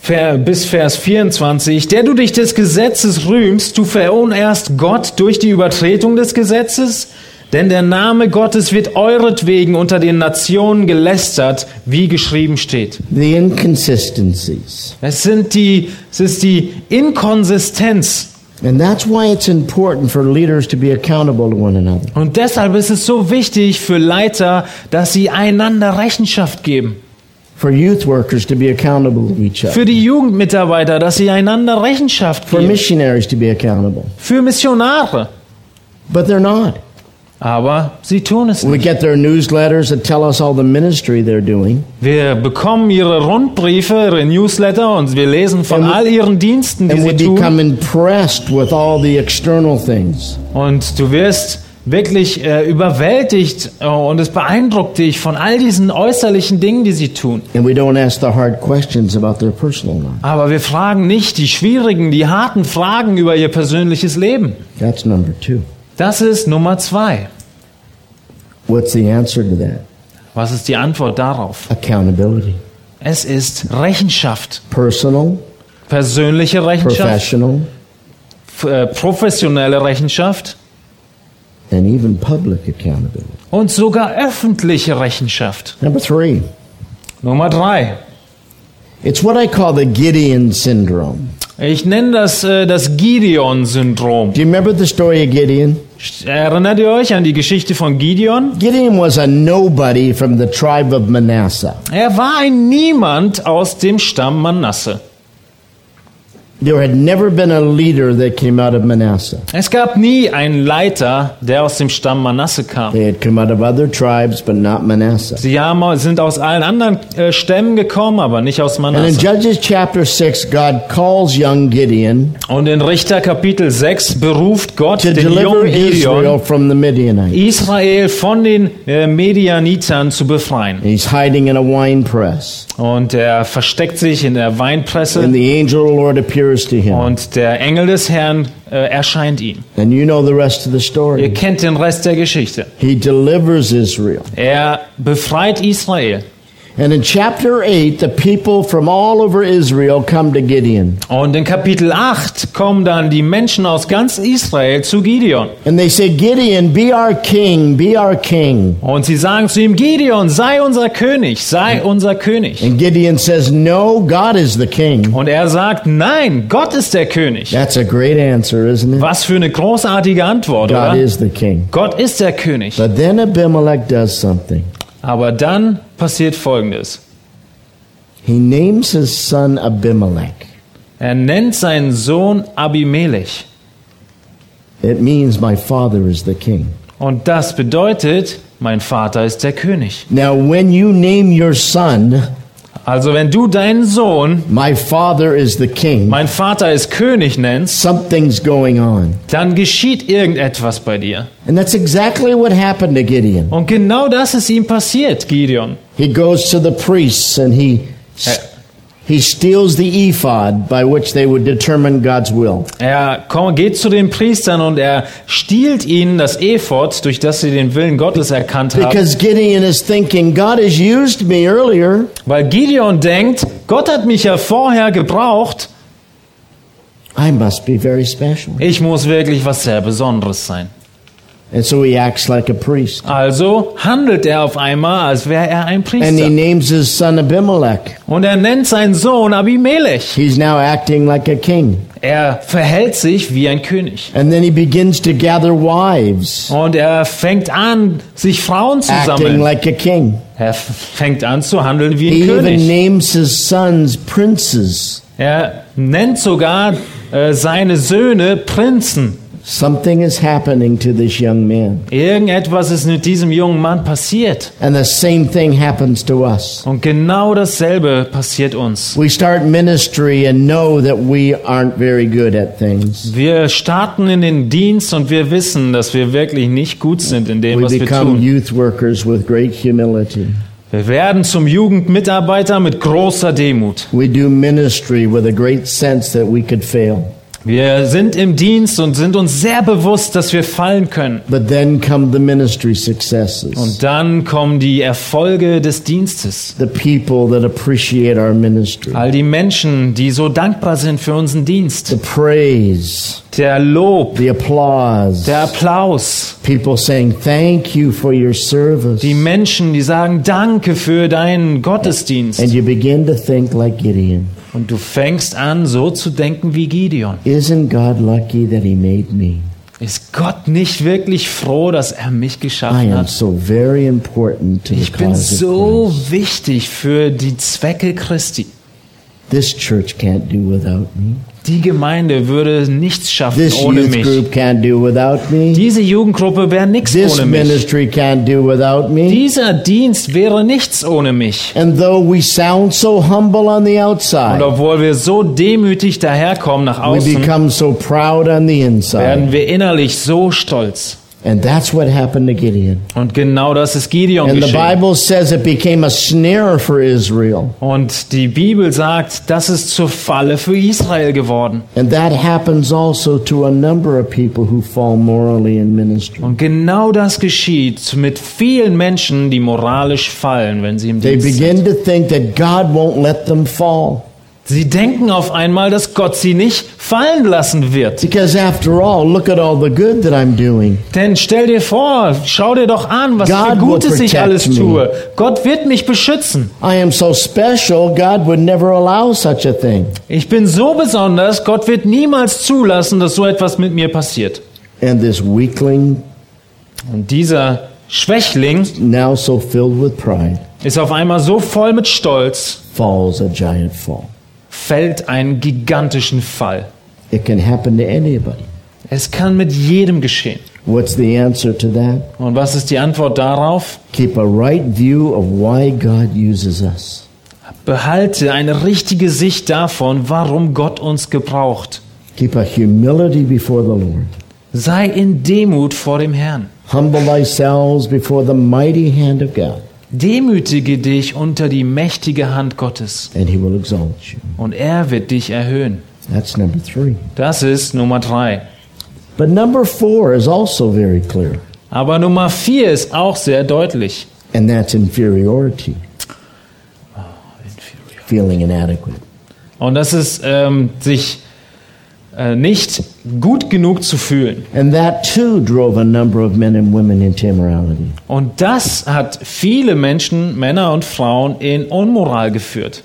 Speaker 2: Ver- bis Vers 24, der du dich des Gesetzes rühmst, du verunehrst Gott durch die Übertretung des Gesetzes, denn der Name Gottes wird euretwegen unter den Nationen gelästert, wie geschrieben steht.
Speaker 1: The inconsistencies.
Speaker 2: Es sind die, es ist die Inkonsistenz.
Speaker 1: And that's why it's important for leaders to be accountable to one another.
Speaker 2: Und deshalb ist es so wichtig für Leiter, dass sie einander Rechenschaft geben.
Speaker 1: For youth workers to be accountable to each other.
Speaker 2: Für die Jugendmitarbeiter, dass sie einander Rechenschaft
Speaker 1: For
Speaker 2: geben.
Speaker 1: missionaries to be accountable.
Speaker 2: Für Missionare.
Speaker 1: But they're not.
Speaker 2: Aber sie tun es nicht.
Speaker 1: We get their newsletters that tell us all the ministry they're doing.
Speaker 2: Wir bekommen ihre Rundbriefe, ihre Newsletter und wir lesen von
Speaker 1: And we-
Speaker 2: all ihren Diensten, die
Speaker 1: And
Speaker 2: sie
Speaker 1: we
Speaker 2: tun.
Speaker 1: become impressed with all the external things.
Speaker 2: Und du wirst wirklich äh, überwältigt äh, und es beeindruckt dich von all diesen äußerlichen Dingen, die sie tun.
Speaker 1: And we don't ask the hard questions about their personal life.
Speaker 2: Aber wir fragen nicht die schwierigen, die harten Fragen über ihr persönliches Leben.
Speaker 1: That's number two.
Speaker 2: Das ist Nummer zwei.
Speaker 1: What's the answer to that?
Speaker 2: Was ist die Antwort darauf?
Speaker 1: Accountability.
Speaker 2: Es ist Rechenschaft.
Speaker 1: Personal,
Speaker 2: Persönliche Rechenschaft,
Speaker 1: professional,
Speaker 2: f- äh, professionelle Rechenschaft
Speaker 1: and even public accountability.
Speaker 2: und sogar öffentliche Rechenschaft.
Speaker 1: Number three.
Speaker 2: Nummer drei.
Speaker 1: It's what I call the Gideon syndrome.
Speaker 2: Ich nenne das äh, das Gideon-Syndrom.
Speaker 1: Do you remember the story of Gideon?
Speaker 2: Erinnert ihr euch an die Geschichte von Gideon?
Speaker 1: Gideon was a nobody from the tribe of Manasseh.
Speaker 2: Er war ein Niemand aus dem Stamm Manasse.
Speaker 1: There had never been a leader that came out of Manasseh.
Speaker 2: Es gab nie einen Leiter, der aus dem Stamm Manasse kam.
Speaker 1: They had come out of other tribes, but not Manasseh.
Speaker 2: Sie haben, sind aus allen anderen äh, Stämmen gekommen, aber nicht aus
Speaker 1: And in
Speaker 2: Manasse.
Speaker 1: Judges chapter 6, God calls young Gideon
Speaker 2: Und in Richter Kapitel 6 beruft Gott
Speaker 1: to
Speaker 2: den
Speaker 1: deliver
Speaker 2: jungen
Speaker 1: Israel
Speaker 2: Gideon,
Speaker 1: from the Midianites.
Speaker 2: Israel von den äh, Medianitern zu befreien.
Speaker 1: He's hiding in a wine press.
Speaker 2: Und er versteckt sich in der Weinpresse.
Speaker 1: And the angel of the Lord appears appears to him.
Speaker 2: Und der Engel des Herrn äh, erscheint ihm.
Speaker 1: And you know the rest of the
Speaker 2: Ihr
Speaker 1: story.
Speaker 2: kennt den Rest der Geschichte.
Speaker 1: He delivers Israel.
Speaker 2: Er befreit Israel.
Speaker 1: And in chapter 8, the people from all over Israel come to Gideon.
Speaker 2: Und in Kapitel 8 kommen dann die Menschen aus ganz Israel zu Gideon.
Speaker 1: And they say, Gideon, be our king, be our king.
Speaker 2: Und sie sagen zu ihm, Gideon, sei unser König, sei unser König.
Speaker 1: And Gideon says, No, God is the king.
Speaker 2: Und er sagt, nein, Gott ist der König.
Speaker 1: That's a great answer, isn't it?
Speaker 2: Was für eine großartige Antwort,
Speaker 1: God
Speaker 2: oder?
Speaker 1: is the king.
Speaker 2: Gott ist der König.
Speaker 1: But then Abimelech does something.
Speaker 2: Aber dann passiert Folgendes.
Speaker 1: He names his son Abimelech.
Speaker 2: Er nennt seinen Sohn Abimelech.
Speaker 1: It means my father is the king.
Speaker 2: Und das bedeutet, mein Vater ist der König.
Speaker 1: Now, when you name your son,
Speaker 2: Also wenn du deinen Sohn,
Speaker 1: my father is the king,
Speaker 2: mein Vater ist König nennst,
Speaker 1: something's going on.
Speaker 2: dann geschieht irgendetwas bei dir.
Speaker 1: And that's exactly what happened to Gideon.
Speaker 2: Und genau das ist ihm passiert, Gideon.
Speaker 1: He goes to the priests and he he steals the ephod by which they would determine God's will.
Speaker 2: Er komm- geht zu den Priestern und er stiehlt ihnen das Ephod, durch das sie den Willen Gottes erkannt haben.
Speaker 1: Because Gideon is thinking God has used me earlier.
Speaker 2: Weil Gideon denkt, Gott hat mich ja vorher gebraucht,
Speaker 1: I must be very special.
Speaker 2: ich muss wirklich was sehr Besonderes sein.
Speaker 1: And so he acts like a priest.
Speaker 2: Also handelt er auf einmal, als wäre er ein
Speaker 1: And he
Speaker 2: Priester.
Speaker 1: names his son Abimelech.
Speaker 2: Und er nennt seinen Sohn Abimelech.
Speaker 1: He's now acting like a king.
Speaker 2: Er verhält sich wie ein König.
Speaker 1: And then he begins to gather wives,
Speaker 2: Und er fängt an, sich Frauen zu
Speaker 1: acting
Speaker 2: sammeln.
Speaker 1: like a king.
Speaker 2: Er f- fängt an zu handeln wie ein
Speaker 1: He even
Speaker 2: König.
Speaker 1: names his sons princes.
Speaker 2: Er nennt sogar äh, seine Söhne Prinzen.
Speaker 1: Something is happening to this young man.
Speaker 2: Irgendetwas ist mit diesem jungen Mann passiert.
Speaker 1: And the same thing happens to us.
Speaker 2: Und genau dasselbe passiert uns.
Speaker 1: We start ministry and know that we aren't very good at things.
Speaker 2: Wir starten in den Dienst und wir wissen, dass wir wirklich nicht gut sind in dem,
Speaker 1: We
Speaker 2: was wir
Speaker 1: become
Speaker 2: tun.
Speaker 1: youth workers with great humility.
Speaker 2: Wir werden zum Jugendmitarbeiter mit großer Demut.
Speaker 1: We do ministry with a great sense that we could fail.
Speaker 2: Wir sind im Dienst und sind uns sehr bewusst, dass wir fallen können.
Speaker 1: But then come the ministry successes.
Speaker 2: Und dann kommen die Erfolge des Dienstes.
Speaker 1: The people that appreciate our ministry.
Speaker 2: All die Menschen, die so dankbar sind für unseren Dienst.
Speaker 1: The praise,
Speaker 2: Der Lob,
Speaker 1: the applause.
Speaker 2: der Applaus.
Speaker 1: People saying, Thank you for your service.
Speaker 2: Die Menschen, die sagen Danke für deinen Gottesdienst.
Speaker 1: And you begin to think like Gideon.
Speaker 2: Und du fängst an, so zu denken wie Gideon.
Speaker 1: Isn't God lucky that He made me?
Speaker 2: Ist Gott nicht wirklich froh, dass er mich
Speaker 1: I
Speaker 2: geschaffen
Speaker 1: am
Speaker 2: hat?
Speaker 1: so very important to the
Speaker 2: Ich bin
Speaker 1: cause of
Speaker 2: so
Speaker 1: Christ.
Speaker 2: wichtig für die Zwecke Christi.
Speaker 1: This church can't do without me.
Speaker 2: Die Gemeinde würde nichts schaffen
Speaker 1: This
Speaker 2: ohne
Speaker 1: youth
Speaker 2: mich.
Speaker 1: group can't do without me.
Speaker 2: Diese Jugendgruppe wäre nichts
Speaker 1: This
Speaker 2: ohne mich.
Speaker 1: ministry can't do without me.
Speaker 2: Dieser Dienst wäre nichts ohne mich.
Speaker 1: And though we sound so humble on the
Speaker 2: Und
Speaker 1: outside,
Speaker 2: obwohl wir so demütig daherkommen nach
Speaker 1: we
Speaker 2: außen,
Speaker 1: become so proud on the inside.
Speaker 2: werden wir innerlich so stolz.
Speaker 1: And that's what happened to Gideon.
Speaker 2: Und genau das ist Gideon
Speaker 1: And the
Speaker 2: geschehen.
Speaker 1: Bible says it became a snare for Israel.
Speaker 2: Und die Bibel sagt, das ist zur Falle für Israel geworden.
Speaker 1: And that happens also to a number of people who fall morally in ministry.
Speaker 2: Und genau das geschieht mit vielen Menschen, die moralisch fallen, wenn sie im
Speaker 1: They
Speaker 2: Dienst sind.
Speaker 1: begin to think that God won't let them fall.
Speaker 2: Sie denken auf einmal, dass Gott sie nicht fallen lassen wird.
Speaker 1: Because after all, look at all the good that I'm doing.
Speaker 2: Denn stell dir vor, schau dir doch an, was
Speaker 1: God
Speaker 2: für
Speaker 1: will
Speaker 2: Gutes ich
Speaker 1: protect
Speaker 2: alles
Speaker 1: me.
Speaker 2: tue. Gott wird mich beschützen.
Speaker 1: I am so special, God would never allow such a thing.
Speaker 2: Ich bin so besonders, Gott wird niemals zulassen, dass so etwas mit mir passiert.
Speaker 1: And this weakling,
Speaker 2: Und dieser Schwächling
Speaker 1: now so filled with pride,
Speaker 2: ist auf einmal so voll mit Stolz,
Speaker 1: falls a giant fall.
Speaker 2: fällt einen gigantischen Fall.
Speaker 1: It can happen to anybody.
Speaker 2: Es kann mit jedem geschehen.
Speaker 1: What's the answer to that?
Speaker 2: Und was ist die Antwort darauf?
Speaker 1: Keep a right view of why God uses us.
Speaker 2: Behalte eine richtige Sicht davon, warum Gott uns gebraucht.
Speaker 1: Keep a humility before the Lord.
Speaker 2: Sei in Demut vor dem Herrn.
Speaker 1: Humble thyself before the mighty hand of God,
Speaker 2: Demütige dich unter die mächtige Hand Gottes
Speaker 1: and he will exalt you.
Speaker 2: und er wird dich erhöhen.
Speaker 1: That's number three.
Speaker 2: Das ist Nummer drei.
Speaker 1: But number four is also very clear,
Speaker 2: Aber Nummer vier ist auch sehr deutlich.
Speaker 1: and that's inferiority, feeling inadequate.
Speaker 2: Und das ist, ähm, sich äh, nicht gut genug zu fühlen.
Speaker 1: And that too drove a number of men and women into immorality.
Speaker 2: Und das hat viele Menschen, Männer und Frauen, in Unmoral geführt.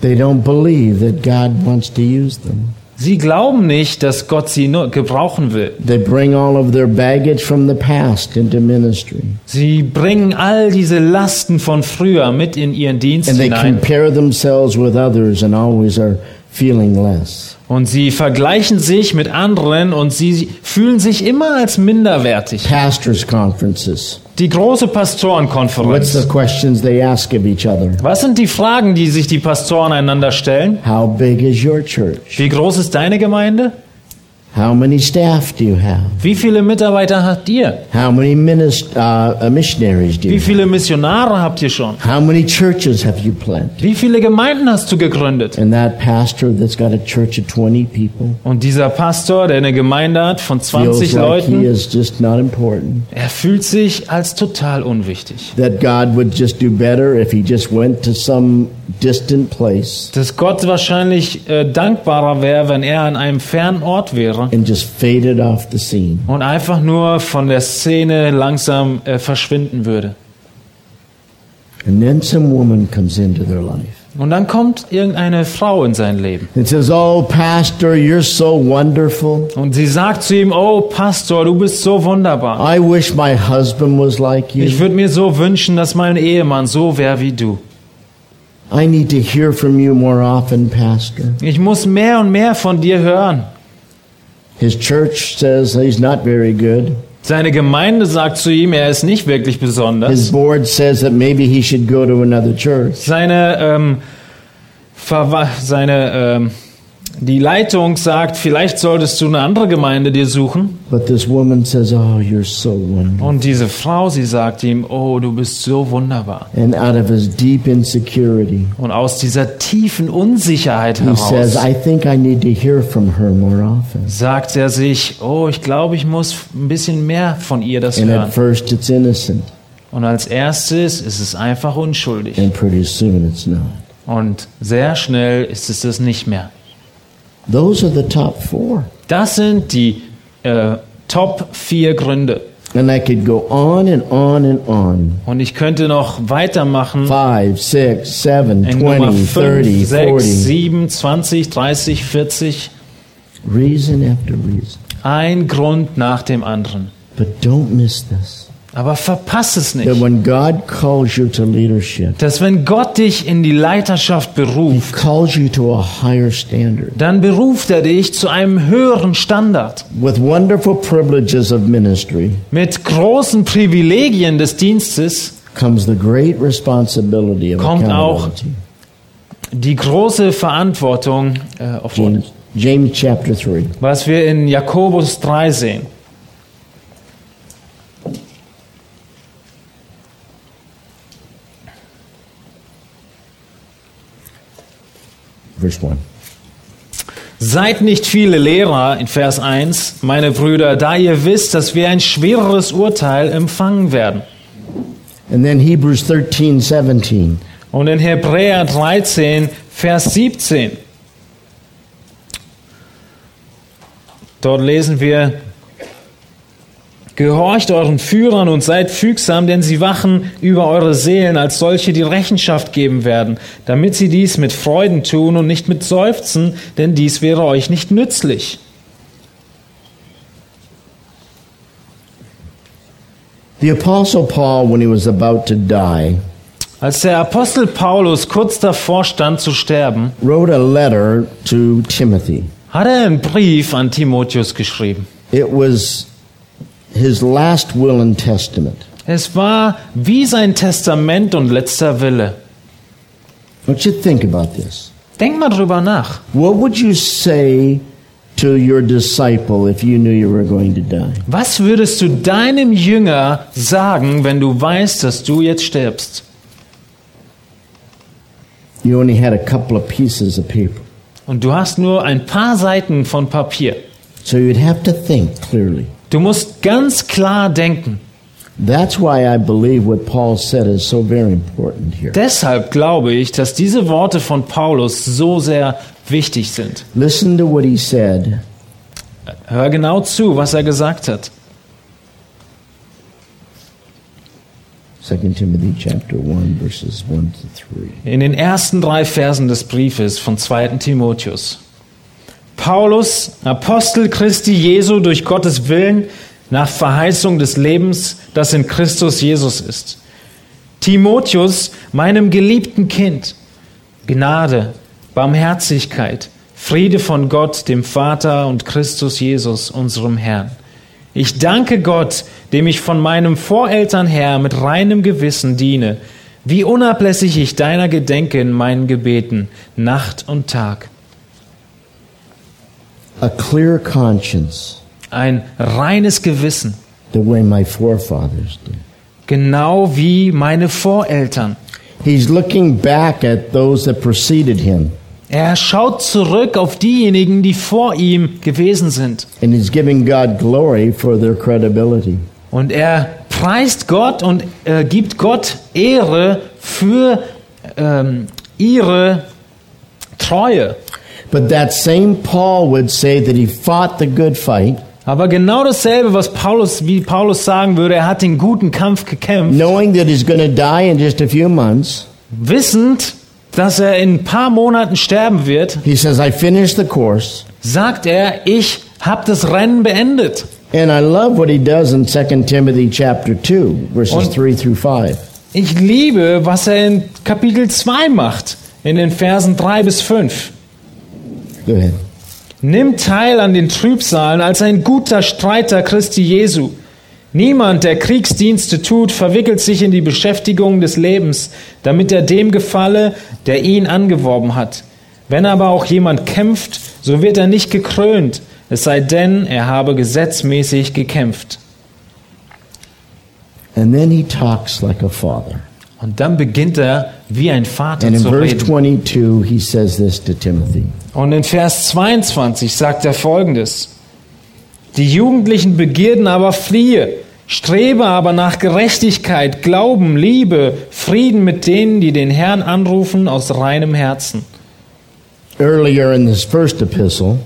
Speaker 1: They don't believe that God wants to use them.
Speaker 2: Sie glauben nicht, dass Gott sie nur gebrauchen will.
Speaker 1: They bring all of their baggage from the past into ministry.
Speaker 2: Sie bringen all diese Lasten von früher mit in ihren Dienst
Speaker 1: And they
Speaker 2: hinein.
Speaker 1: compare themselves with others and always are feeling less.
Speaker 2: Und sie vergleichen sich mit anderen und sie fühlen sich immer als minderwertig.
Speaker 1: Pastors' conferences.
Speaker 2: Die große
Speaker 1: What's the
Speaker 2: Pastorenkonferenz.
Speaker 1: questions they ask of each other?
Speaker 2: Was sind die Fragen, die sich die Pastoren einander stellen?
Speaker 1: How big is your church?
Speaker 2: Wie groß ist deine Gemeinde?
Speaker 1: How many staff do you have?
Speaker 2: Wie viele Mitarbeiter habt ihr?
Speaker 1: How many minist- uh, uh, missionaries do you
Speaker 2: Wie
Speaker 1: have?
Speaker 2: viele Missionare habt ihr schon?
Speaker 1: How many churches have you planted?
Speaker 2: Wie viele Gemeinden hast du gegründet?
Speaker 1: And that pastor that's got a church of 20 people
Speaker 2: Und dieser Pastor, der eine Gemeinde hat von 20
Speaker 1: feels like he
Speaker 2: Leuten,
Speaker 1: is just not important.
Speaker 2: er fühlt sich als total unwichtig.
Speaker 1: That God would just do better if he just went to some distant place
Speaker 2: Dass Gott wahrscheinlich äh, dankbarer wäre, wenn er an einem fernen Ort wäre
Speaker 1: and just faded off the scene.
Speaker 2: und einfach nur von der Szene langsam äh, verschwinden würde.
Speaker 1: And then some woman comes into their life
Speaker 2: Und dann kommt irgendeine Frau in sein Leben
Speaker 1: and says, Oh, Pastor, you're so wonderful.
Speaker 2: und sie sagt zu ihm, oh Pastor, du bist so wunderbar.
Speaker 1: I wish my husband was like
Speaker 2: Ich
Speaker 1: you.
Speaker 2: würde mir so wünschen, dass mein Ehemann so wäre wie du.
Speaker 1: I need to hear from you more often, Pastor.
Speaker 2: Ich muss mehr und mehr von dir hören.
Speaker 1: His church says he's not very good.
Speaker 2: Seine Gemeinde sagt zu ihm, er ist nicht wirklich besonders.
Speaker 1: His board says that maybe he should go to another church.
Speaker 2: Seine, ähm, Verwa seine, ähm, die Leitung sagt, vielleicht solltest du eine andere Gemeinde dir suchen.
Speaker 1: But this woman says, Oh, you're so wonderful.
Speaker 2: Und diese Frau, sie sagt ihm, oh, du bist so wunderbar.
Speaker 1: And out of his deep insecurity,
Speaker 2: Und aus dieser tiefen Unsicherheit
Speaker 1: he says,
Speaker 2: heraus
Speaker 1: I think I need to hear from her more often.
Speaker 2: sagt er sich, oh, ich glaube, ich muss ein bisschen mehr von ihr das
Speaker 1: And at
Speaker 2: hören.
Speaker 1: first it's innocent,
Speaker 2: Und als erstes ist es einfach unschuldig.
Speaker 1: and pretty soon it's not.
Speaker 2: Und sehr schnell ist es das nicht mehr.
Speaker 1: Those are the top four.
Speaker 2: Das sind die äh, Top 4 Gründe.
Speaker 1: And I could go on and on and on.
Speaker 2: Und ich könnte noch weitermachen.
Speaker 1: 5, 6, 7,
Speaker 2: In Nummer
Speaker 1: 20, 30,
Speaker 2: 5, 6,
Speaker 1: 40.
Speaker 2: 7, 20, 30, 40.
Speaker 1: Reason after reason.
Speaker 2: Ein Grund nach dem anderen.
Speaker 1: But don't miss this.
Speaker 2: Aber verpass es
Speaker 1: That
Speaker 2: nicht.
Speaker 1: when God calls you to leadership,
Speaker 2: Dass wenn Gott dich in die Leiterschaft
Speaker 1: He
Speaker 2: beruft,
Speaker 1: calls you to a higher standard
Speaker 2: dann beruft er dich zu einem höheren Standard.
Speaker 1: with wonderful privileges of ministry.
Speaker 2: Mit großen Privilegien des Dienstes
Speaker 1: Comes the great responsibility of
Speaker 2: Kommt auch
Speaker 1: accountability.
Speaker 2: die große Verantwortung äh, auf
Speaker 1: James, James chapter 3.
Speaker 2: was wir in Jakobus 3 sehen.
Speaker 1: Verse 1.
Speaker 2: Seid nicht viele Lehrer in Vers 1, meine Brüder, da ihr wisst, dass wir ein schwereres Urteil empfangen werden.
Speaker 1: And then Hebrews 13, 17.
Speaker 2: Und in Hebräer 13, Vers 17, dort lesen wir, Gehorcht euren Führern und seid fügsam, denn sie wachen über eure Seelen als solche, die Rechenschaft geben werden, damit sie dies mit Freuden tun und nicht mit Seufzen, denn dies wäre euch nicht nützlich.
Speaker 1: The Apostle Paul, when he was about to die,
Speaker 2: Als der Apostel Paulus kurz davor stand zu sterben,
Speaker 1: wrote a letter to Timothy.
Speaker 2: hat er einen Brief an Timotheus geschrieben.
Speaker 1: It was his last will and testament.
Speaker 2: Es war wie sein Testament und letzter Wille.
Speaker 1: Don't you think about this?
Speaker 2: Denk mal drüber nach.
Speaker 1: What would you say to your disciple if you knew you were going to die?
Speaker 2: Was würdest du deinem Jünger sagen, wenn du weißt, dass du jetzt stirbst?
Speaker 1: You only had a couple of pieces of paper.
Speaker 2: Und du hast nur ein paar Seiten von Papier.
Speaker 1: So you'd have to think clearly.
Speaker 2: Du musst ganz klar denken.
Speaker 1: That's why I believe what Paul said is so very important here.
Speaker 2: Deshalb glaube ich, dass diese Worte von Paulus so sehr wichtig sind.
Speaker 1: Listen to what he said
Speaker 2: Hör genau zu, was er gesagt hat.
Speaker 1: 2 Timothy chapter 1 verses 1 to 3.
Speaker 2: In den ersten drei Versen des Briefes von 2. Timotheus. Paulus, Apostel Christi Jesu durch Gottes Willen, nach Verheißung des Lebens, das in Christus Jesus ist. Timotheus, meinem geliebten Kind, Gnade, Barmherzigkeit, Friede von Gott, dem Vater und Christus Jesus, unserem Herrn. Ich danke Gott, dem ich von meinem Voreltern her mit reinem Gewissen diene, wie unablässig ich deiner gedenke in meinen Gebeten, Nacht und Tag.
Speaker 1: A clear conscience,
Speaker 2: Ein reines Gewissen,
Speaker 1: the way my forefathers did.
Speaker 2: genau wie meine Voreltern.
Speaker 1: He's looking back at those that preceded him,
Speaker 2: Er schaut zurück auf diejenigen, die vor ihm gewesen sind.
Speaker 1: and he's giving God glory for their credibility.
Speaker 2: Und er preist Gott und äh, gibt Gott Ehre für ähm, ihre Treue.
Speaker 1: But that same Paul would say that he fought the good fight,
Speaker 2: Aber genau dasselbe, was Paulus, wie Paulus sagen würde, er hat den guten Kampf gekämpft,
Speaker 1: knowing that he's going to die in just a few months.
Speaker 2: wissend, dass er in ein paar Monaten sterben wird,
Speaker 1: He says, I finished the course.
Speaker 2: sagt er, ich habe das Rennen beendet.
Speaker 1: And I love what he does in 2 Timothy chapter 2, verses
Speaker 2: Und-
Speaker 1: 3 through 5.
Speaker 2: Ich liebe, was er in Kapitel 2 macht, in den Versen 3 bis 5.
Speaker 1: Go ahead.
Speaker 2: Nimm teil an den Trübsalen als ein guter Streiter Christi Jesu. Niemand, der Kriegsdienste tut, verwickelt sich in die Beschäftigung des Lebens, damit er dem gefalle, der ihn angeworben hat. Wenn aber auch jemand kämpft, so wird er nicht gekrönt, es sei denn, er habe gesetzmäßig gekämpft.
Speaker 1: And then he talks like a father.
Speaker 2: Und dann beginnt er wie ein Vater
Speaker 1: And in
Speaker 2: zu
Speaker 1: verse
Speaker 2: reden.
Speaker 1: 22, he says this to Timothy
Speaker 2: Und in Vers 22 sagt er folgendes. Die jugendlichen Begierden aber fliehe, strebe aber nach Gerechtigkeit, Glauben, Liebe, Frieden mit denen, die den Herrn anrufen aus reinem Herzen.
Speaker 1: earlier in this first epistle.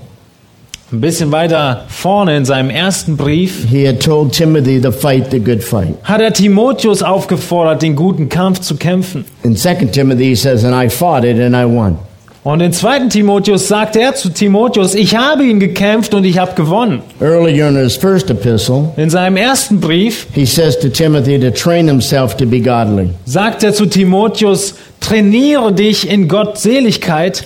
Speaker 2: Ein bisschen weiter vorne in seinem ersten Brief
Speaker 1: He had told Timothy to fight the good fight.
Speaker 2: hat er Timotheus aufgefordert, den guten Kampf zu kämpfen.
Speaker 1: In 2 Timothy, he says, And I fought it and I won.
Speaker 2: Und in 2. Timotheus sagt er zu Timotheus, ich habe ihn gekämpft und ich habe gewonnen.
Speaker 1: Earlier in his first epistle,
Speaker 2: In seinem ersten Brief
Speaker 1: he says to Timothy to train himself to be godly.
Speaker 2: sagt er zu Timotheus, trainiere dich in Gottseligkeit,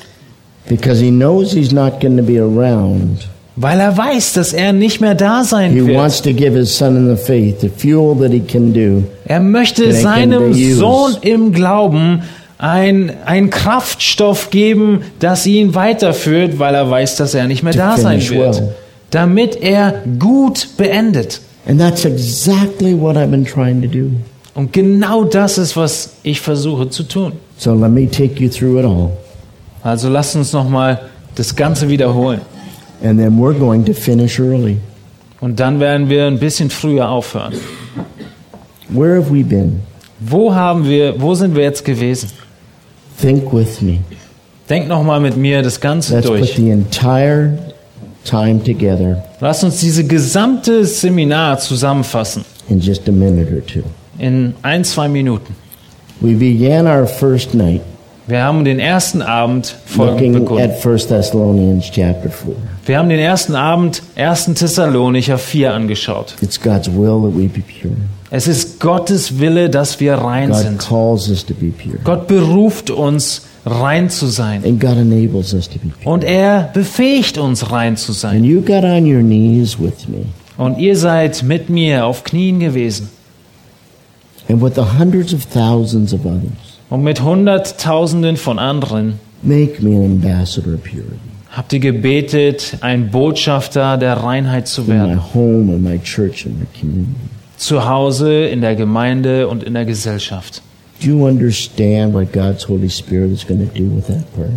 Speaker 1: Because he knows he's not going to be around.
Speaker 2: weil er weiß, dass er nicht mehr da sein
Speaker 1: He
Speaker 2: wird.
Speaker 1: wants to give his son in the faith the fuel that he can do
Speaker 2: Er möchte
Speaker 1: They can
Speaker 2: seinem
Speaker 1: be used.
Speaker 2: Sohn im Glauben ein, einen Kraftstoff geben, das ihn weiterführt, weil er weiß, dass er nicht mehr
Speaker 1: To
Speaker 2: da sein
Speaker 1: finish
Speaker 2: wird.
Speaker 1: well.
Speaker 2: Damit er gut beendet.
Speaker 1: And that's exactly what I've been trying to do.
Speaker 2: Und genau das ist, was ich versuche zu tun.
Speaker 1: So let me take you through it all.
Speaker 2: Also lasst uns nochmal das Ganze wiederholen.
Speaker 1: And then we're going to finish early.
Speaker 2: Und dann werden wir ein bisschen früher aufhören.
Speaker 1: Where have we been?
Speaker 2: Wo haben wir, wo sind wir jetzt gewesen?
Speaker 1: Think with me.
Speaker 2: Denk nochmal mit mir das Ganze
Speaker 1: Let's put
Speaker 2: durch.
Speaker 1: the entire time together
Speaker 2: Lass uns diese gesamte Seminar zusammenfassen
Speaker 1: in just a minute or two.
Speaker 2: in ein, zwei Minuten.
Speaker 1: We began our first night
Speaker 2: Wir haben den ersten Abend folgend
Speaker 1: looking
Speaker 2: begonnen.
Speaker 1: at 1 Thessalonians chapter 4.
Speaker 2: Wir haben den ersten Abend 1. Thessalonicher 4 angeschaut.
Speaker 1: It's God's will that we be pure.
Speaker 2: Es ist Gottes Wille, dass wir rein
Speaker 1: God
Speaker 2: sind.
Speaker 1: calls us to be pure.
Speaker 2: Gott beruft uns, rein zu sein.
Speaker 1: And God enables us to be pure.
Speaker 2: Und er befähigt uns, rein zu sein.
Speaker 1: And you got on your knees with me.
Speaker 2: Und ihr seid mit mir auf Knien gewesen.
Speaker 1: and with the hundreds of thousands of others.
Speaker 2: Und mit Hunderttausenden von anderen
Speaker 1: Make me an ambassador of purity
Speaker 2: Habt ihr gebetet, ein Botschafter der Reinheit zu
Speaker 1: in my
Speaker 2: werden?
Speaker 1: home, in my church, in my community.
Speaker 2: Zu Hause, in der Gemeinde und in der Gesellschaft.
Speaker 1: Do you understand what God's Holy Spirit is going to do with that prayer?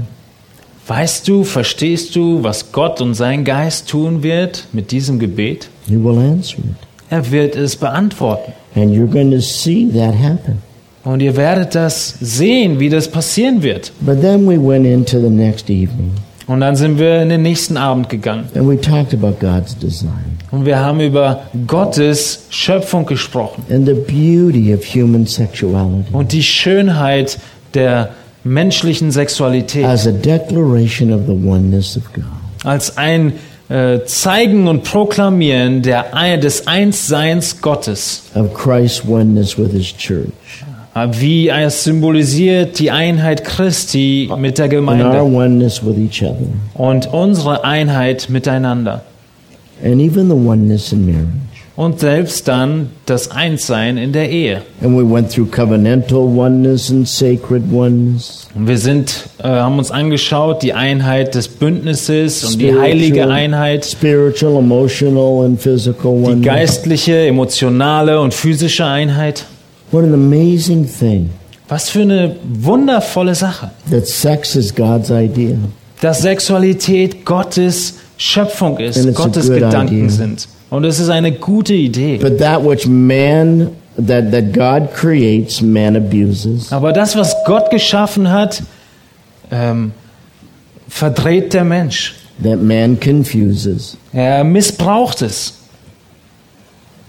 Speaker 2: Weißt du, verstehst du, was Gott und sein Geist tun wird mit diesem Gebet?
Speaker 1: He will answer it.
Speaker 2: Er wird es beantworten.
Speaker 1: And you're going to see that happen.
Speaker 2: Und ihr werdet das sehen, wie das passieren wird.
Speaker 1: But then we went into the next evening
Speaker 2: Und dann sind wir in den nächsten Abend gegangen.
Speaker 1: and we talked about God's design
Speaker 2: Und wir haben über Gottes Schöpfung gesprochen.
Speaker 1: and the beauty of human sexuality
Speaker 2: Und die Schönheit der menschlichen Sexualität
Speaker 1: as a declaration of the oneness of God.
Speaker 2: als ein äh, Zeigen und Proklamieren der, Ein- des Einsseins Gottes. Äh,
Speaker 1: of Christ's oneness with his church
Speaker 2: Wie es symbolisiert die Einheit Christi mit der
Speaker 1: and our
Speaker 2: Gemeinde
Speaker 1: oneness with each other
Speaker 2: und unsere Einheit miteinander.
Speaker 1: and even the oneness in marriage.
Speaker 2: Und selbst dann das Einssein in der Ehe.
Speaker 1: And we went through covenantal oneness and sacred oneness,
Speaker 2: Und wir sind, äh, haben uns angeschaut, die Einheit des Bündnisses und die
Speaker 1: spiritual-
Speaker 2: heilige Einheit,
Speaker 1: spiritual, emotional, and physical
Speaker 2: die
Speaker 1: oneness.
Speaker 2: geistliche, emotionale und physische Einheit.
Speaker 1: What an amazing thing
Speaker 2: Was für eine wundervolle Sache,
Speaker 1: that sex is God's idea.
Speaker 2: dass Sexualität Gottes Schöpfung
Speaker 1: And
Speaker 2: ist,
Speaker 1: it's a
Speaker 2: Gottes
Speaker 1: good
Speaker 2: Gedanken
Speaker 1: idea.
Speaker 2: sind. Und es ist eine gute Idee.
Speaker 1: But that which man, that, that God creates, man abuses.
Speaker 2: Aber das, was Gott geschaffen hat, ähm, verdreht der Mensch.
Speaker 1: That man confuses.
Speaker 2: Er missbraucht es.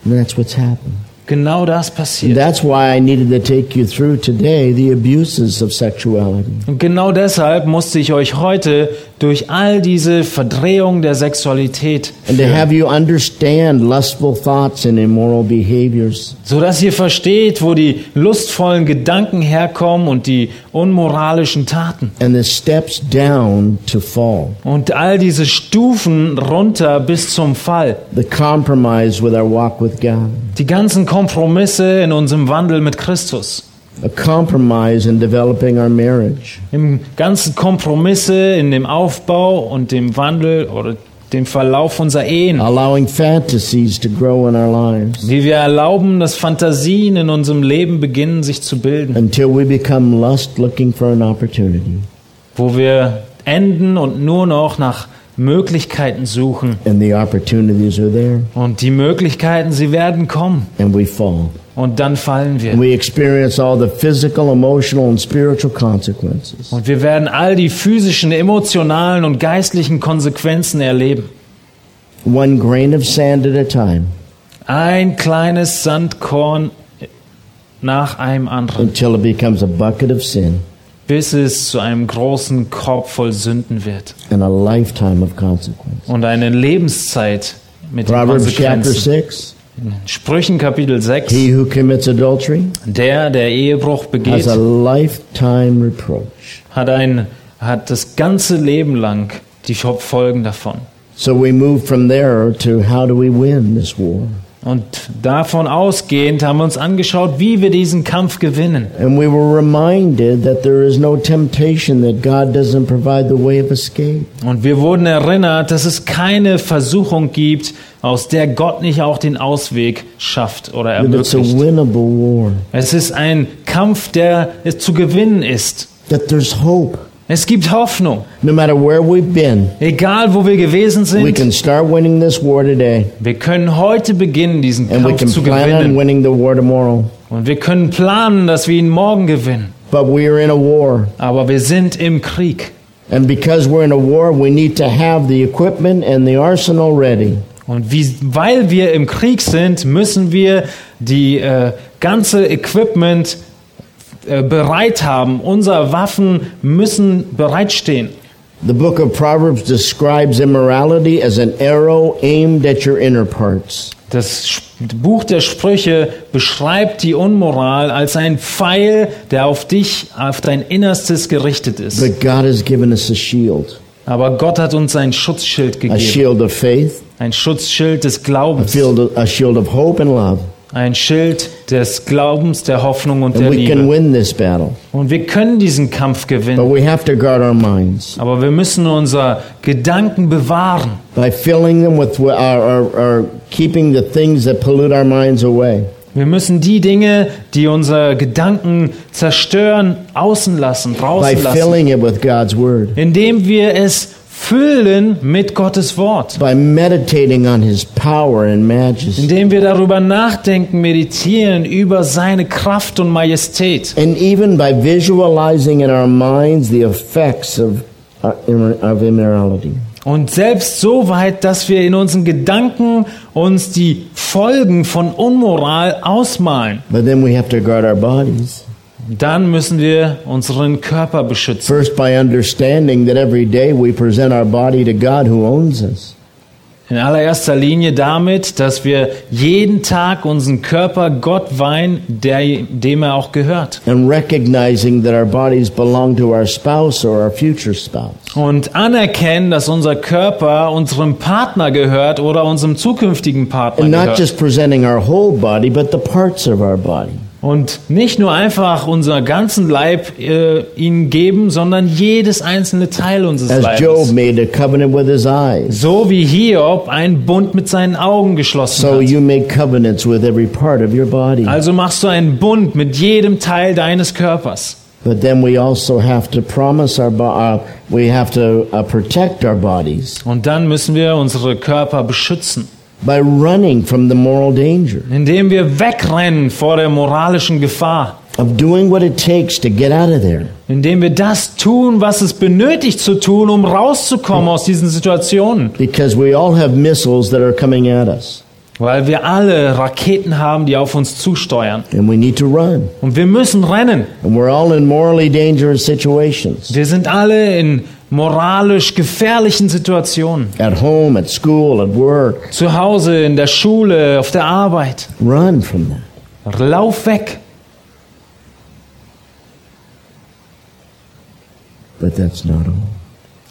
Speaker 1: And that's what's happened.
Speaker 2: Genau das
Speaker 1: And
Speaker 2: passiert.
Speaker 1: that's why I needed to take you through today the abuses of sexuality.
Speaker 2: Und genau deshalb musste ich euch heute durch all diese Verdrehung der Sexualität,
Speaker 1: And to have you understand lustful thoughts and immoral behaviors.
Speaker 2: sodass ihr versteht, wo die lustvollen Gedanken herkommen und die unmoralischen Taten.
Speaker 1: And the steps down to fall.
Speaker 2: Und all diese Stufen runter bis zum Fall.
Speaker 1: The compromise with our walk with God.
Speaker 2: Die ganzen Kompromisse in unserem Wandel mit Christus.
Speaker 1: A compromise in developing our marriage.
Speaker 2: Im ganzen Kompromisse in dem Aufbau und dem Wandel oder dem Verlauf unserer Ehen.
Speaker 1: Allowing fantasies to grow in our lives.
Speaker 2: Wie wir erlauben, dass Fantasien in unserem Leben beginnen, sich zu bilden.
Speaker 1: Until we become lust looking for an opportunity.
Speaker 2: wo wir enden und nur noch nach Möglichkeiten suchen.
Speaker 1: And the opportunities are there.
Speaker 2: Und die Möglichkeiten, sie werden kommen.
Speaker 1: And we fall.
Speaker 2: Und dann fallen
Speaker 1: And
Speaker 2: wir.
Speaker 1: we experience all the physical, emotional, and spiritual consequences.
Speaker 2: Und wir werden all die physischen, emotionalen und geistlichen Konsequenzen erleben.
Speaker 1: One grain of sand at a time.
Speaker 2: Ein kleines Sandkorn nach einem anderen,
Speaker 1: Until it becomes a bucket of sin.
Speaker 2: bis es zu einem großen Korb voll Sünden wird.
Speaker 1: and a lifetime of consequence.
Speaker 2: Und eine Lebenszeit mit den
Speaker 1: Proverbs chapter
Speaker 2: Konsequenzen.
Speaker 1: 6
Speaker 2: Sprüchen Kapitel 6.
Speaker 1: He who commits adultery
Speaker 2: Der, der Ehebruch begeht,
Speaker 1: has a lifetime reproach.
Speaker 2: hat ein hat das ganze Leben lang die Folgen davon.
Speaker 1: So we move from there to how do we win this war?
Speaker 2: Und davon ausgehend haben wir uns angeschaut, wie wir diesen Kampf gewinnen.
Speaker 1: And we were reminded that there is no temptation that God doesn't provide the way of escape.
Speaker 2: Und wir wurden erinnert, dass es keine Versuchung gibt, aus der Gott nicht auch den Ausweg schafft oder
Speaker 1: That it's a
Speaker 2: ermöglicht.
Speaker 1: winnable war.
Speaker 2: Es ist ein Kampf, der es zu gewinnen ist.
Speaker 1: That there's hope.
Speaker 2: Es gibt Hoffnung.
Speaker 1: No matter where we've been,
Speaker 2: Egal, wo wir gewesen
Speaker 1: we
Speaker 2: sind,
Speaker 1: can start winning this war today.
Speaker 2: wir können heute beginnen, diesen
Speaker 1: And we
Speaker 2: Kampf
Speaker 1: can
Speaker 2: zu
Speaker 1: plan on
Speaker 2: gewinnen.
Speaker 1: winning the war tomorrow.
Speaker 2: Und wir können planen, dass wir ihn morgen gewinnen.
Speaker 1: But we are in a war.
Speaker 2: Aber wir sind im Krieg.
Speaker 1: And because we're in a war, we need to have the equipment and the arsenal ready.
Speaker 2: Und wie, weil wir im Krieg sind, müssen wir die äh, ganze Equipment äh, bereit haben. Unsere Waffen müssen bereitstehen.
Speaker 1: The book of Proverbs describes immorality as an arrow aimed at your inner parts.
Speaker 2: Das Sch- Buch der Sprüche beschreibt die Unmoral als ein Pfeil, der auf dich, auf dein Innerstes gerichtet ist.
Speaker 1: But God has given us a shield
Speaker 2: Aber Gott hat uns ein Schutzschild
Speaker 1: a
Speaker 2: gegeben,
Speaker 1: shield of faith,
Speaker 2: ein Schutzschild des
Speaker 1: a,
Speaker 2: Glaubens,
Speaker 1: field a shield of hope and love.
Speaker 2: ein Schild des Glaubens, der Hoffnung und
Speaker 1: And
Speaker 2: der
Speaker 1: we can
Speaker 2: Liebe.
Speaker 1: win this battle.
Speaker 2: Und wir können diesen Kampf gewinnen.
Speaker 1: But we have to guard our minds
Speaker 2: Aber wir müssen unser Gedanken bewahren,
Speaker 1: uh, by filling them with, our, our, our keeping the things that pollute our minds away.
Speaker 2: Wir müssen die Dinge, die unser Gedanken zerstören, außen lassen,
Speaker 1: by
Speaker 2: draußen lassen,
Speaker 1: filling it with God's Word,
Speaker 2: indem wir es füllen mit Gottes Wort,
Speaker 1: by meditating on His power and majesty,
Speaker 2: indem wir darüber nachdenken, meditieren über seine Kraft und Majestät
Speaker 1: and even by visualizing in our minds the effects of, uh, immor- of immorality.
Speaker 2: und selbst so weit, dass wir in unseren Gedanken uns die Folgen von Unmoral ausmalen.
Speaker 1: But then we have to guard our bodies.
Speaker 2: Dann müssen wir unseren Körper beschützen.
Speaker 1: First, by understanding that every day we present our body to God who owns us.
Speaker 2: In allererster Linie damit, dass wir jeden Tag unseren Körper Gott weihen, der, dem er auch gehört.
Speaker 1: And recognizing that our bodies belong to our spouse or our future spouse.
Speaker 2: Und anerkennen, dass unser Körper unserem Partner gehört oder unserem zukünftigen Partner
Speaker 1: And not
Speaker 2: gehört.
Speaker 1: just presenting our whole body, but the parts of our body.
Speaker 2: Und nicht nur einfach unser ganzen Leib äh, ihm geben, sondern jedes einzelne Teil unseres
Speaker 1: As Job
Speaker 2: Leibes.
Speaker 1: made a covenant with his eyes,
Speaker 2: So wie Hiob einen Bund mit seinen Augen geschlossen
Speaker 1: so
Speaker 2: hat.
Speaker 1: you make covenants with every part of your body.
Speaker 2: Also machst du einen Bund mit jedem Teil deines Körpers.
Speaker 1: But then we also have to promise our bo- uh, we have to uh, protect our bodies
Speaker 2: Und dann müssen wir unsere Körper beschützen,
Speaker 1: by running from the moral danger
Speaker 2: indem wir wegrennen vor der moralischen Gefahr,
Speaker 1: of doing what it takes to get out of there.
Speaker 2: indem wir das tun, was es benötigt zu tun, um rauszukommen aus diesen Situationen,
Speaker 1: Because we all have missiles that are coming at us,
Speaker 2: weil wir alle Raketen haben, die auf uns zusteuern.
Speaker 1: and we need to run.
Speaker 2: Und wir müssen rennen.
Speaker 1: And we're all in morally dangerous situations
Speaker 2: Wir sind alle in moralisch gefährlichen Situationen.
Speaker 1: at home, at school, at work.
Speaker 2: Zu Hause, in der Schule, auf der Arbeit.
Speaker 1: Run from that.
Speaker 2: Lauf weg.
Speaker 1: But that's not all.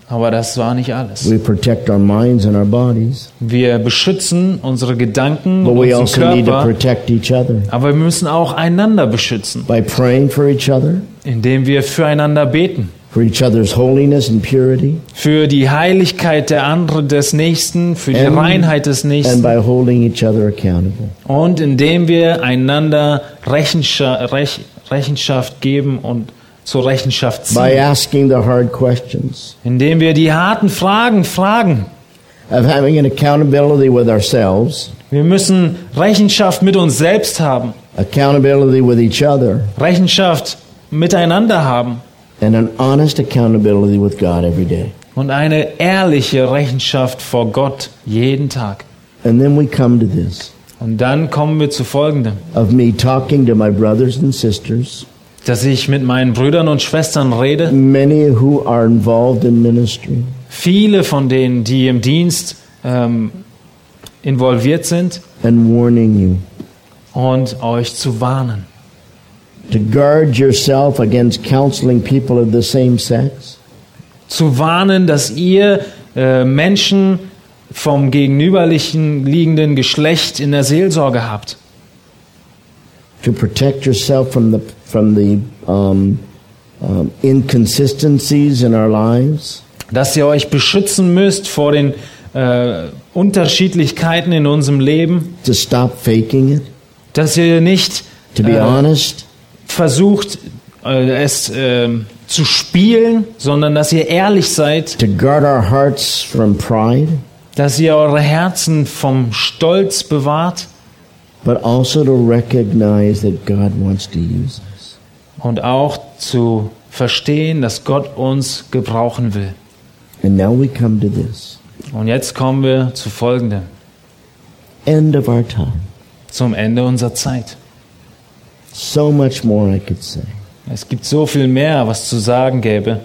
Speaker 2: Aber das war nicht alles.
Speaker 1: We protect our minds and our bodies,
Speaker 2: Wir beschützen unsere Gedanken,
Speaker 1: but we
Speaker 2: unseren
Speaker 1: also need to
Speaker 2: Körper.
Speaker 1: protect each other
Speaker 2: Aber wir müssen auch einander beschützen,
Speaker 1: by praying for each other,
Speaker 2: indem wir füreinander beten.
Speaker 1: for each other's holiness and purity,
Speaker 2: Für die Heiligkeit der anderen, des Nächsten, für die
Speaker 1: And-
Speaker 2: Reinheit des
Speaker 1: and
Speaker 2: Nächsten.
Speaker 1: by holding each other accountable.
Speaker 2: Und indem wir einander Rechenschaft, Rech, Rechenschaft geben und zur Rechenschaft
Speaker 1: By
Speaker 2: ziehen.
Speaker 1: asking the hard questions,
Speaker 2: Indem wir die harten Fragen fragen.
Speaker 1: of having an accountability with ourselves,
Speaker 2: Wir müssen Rechenschaft mit uns selbst haben,
Speaker 1: accountability with each other,
Speaker 2: Rechenschaft miteinander haben
Speaker 1: and an honest accountability with God every day.
Speaker 2: und eine ehrliche Rechenschaft vor Gott jeden Tag.
Speaker 1: And then we come to this
Speaker 2: Und dann kommen wir zu Folgendem.
Speaker 1: of me talking to my brothers and sisters,
Speaker 2: dass ich mit meinen Brüdern und Schwestern rede.
Speaker 1: many who are involved in ministry,
Speaker 2: Viele von denen, die im Dienst ähm, involviert sind
Speaker 1: and warning you
Speaker 2: und euch zu warnen.
Speaker 1: to guard yourself against counseling people of the same sex,
Speaker 2: Zu warnen, dass ihr äh, Menschen vom gegenüberlichen liegenden Geschlecht in der Seelsorge habt.
Speaker 1: to protect yourself from the from the um, um, inconsistencies in our lives,
Speaker 2: Dass ihr euch beschützen müsst vor den äh, Unterschiedlichkeiten in unserem Leben.
Speaker 1: to stop faking it,
Speaker 2: Dass ihr nicht äh,
Speaker 1: to be
Speaker 2: Uh.
Speaker 1: honest,
Speaker 2: versucht, äh, es ähm, zu spielen, sondern dass ihr ehrlich seid,
Speaker 1: to guard our hearts from pride,
Speaker 2: dass ihr eure Herzen vom Stolz bewahrt
Speaker 1: but also to recognize that God wants to use us.
Speaker 2: und auch zu verstehen, dass Gott uns gebrauchen will.
Speaker 1: And now we come to this
Speaker 2: Und jetzt kommen wir zu folgendem,
Speaker 1: end of our time.
Speaker 2: zum Ende unserer Zeit.
Speaker 1: So much more I could say,
Speaker 2: Es gibt so viel mehr, was zu sagen gäbe,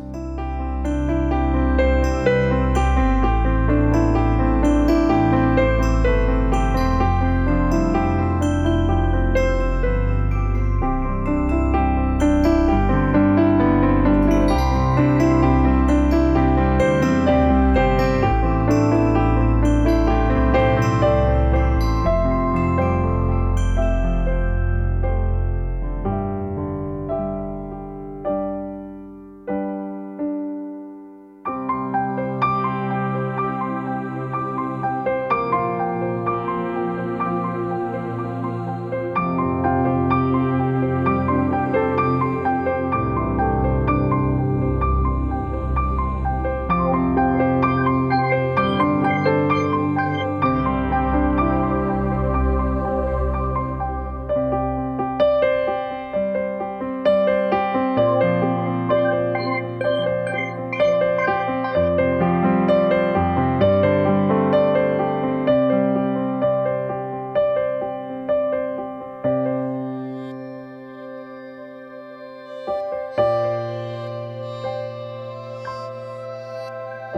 Speaker 3: E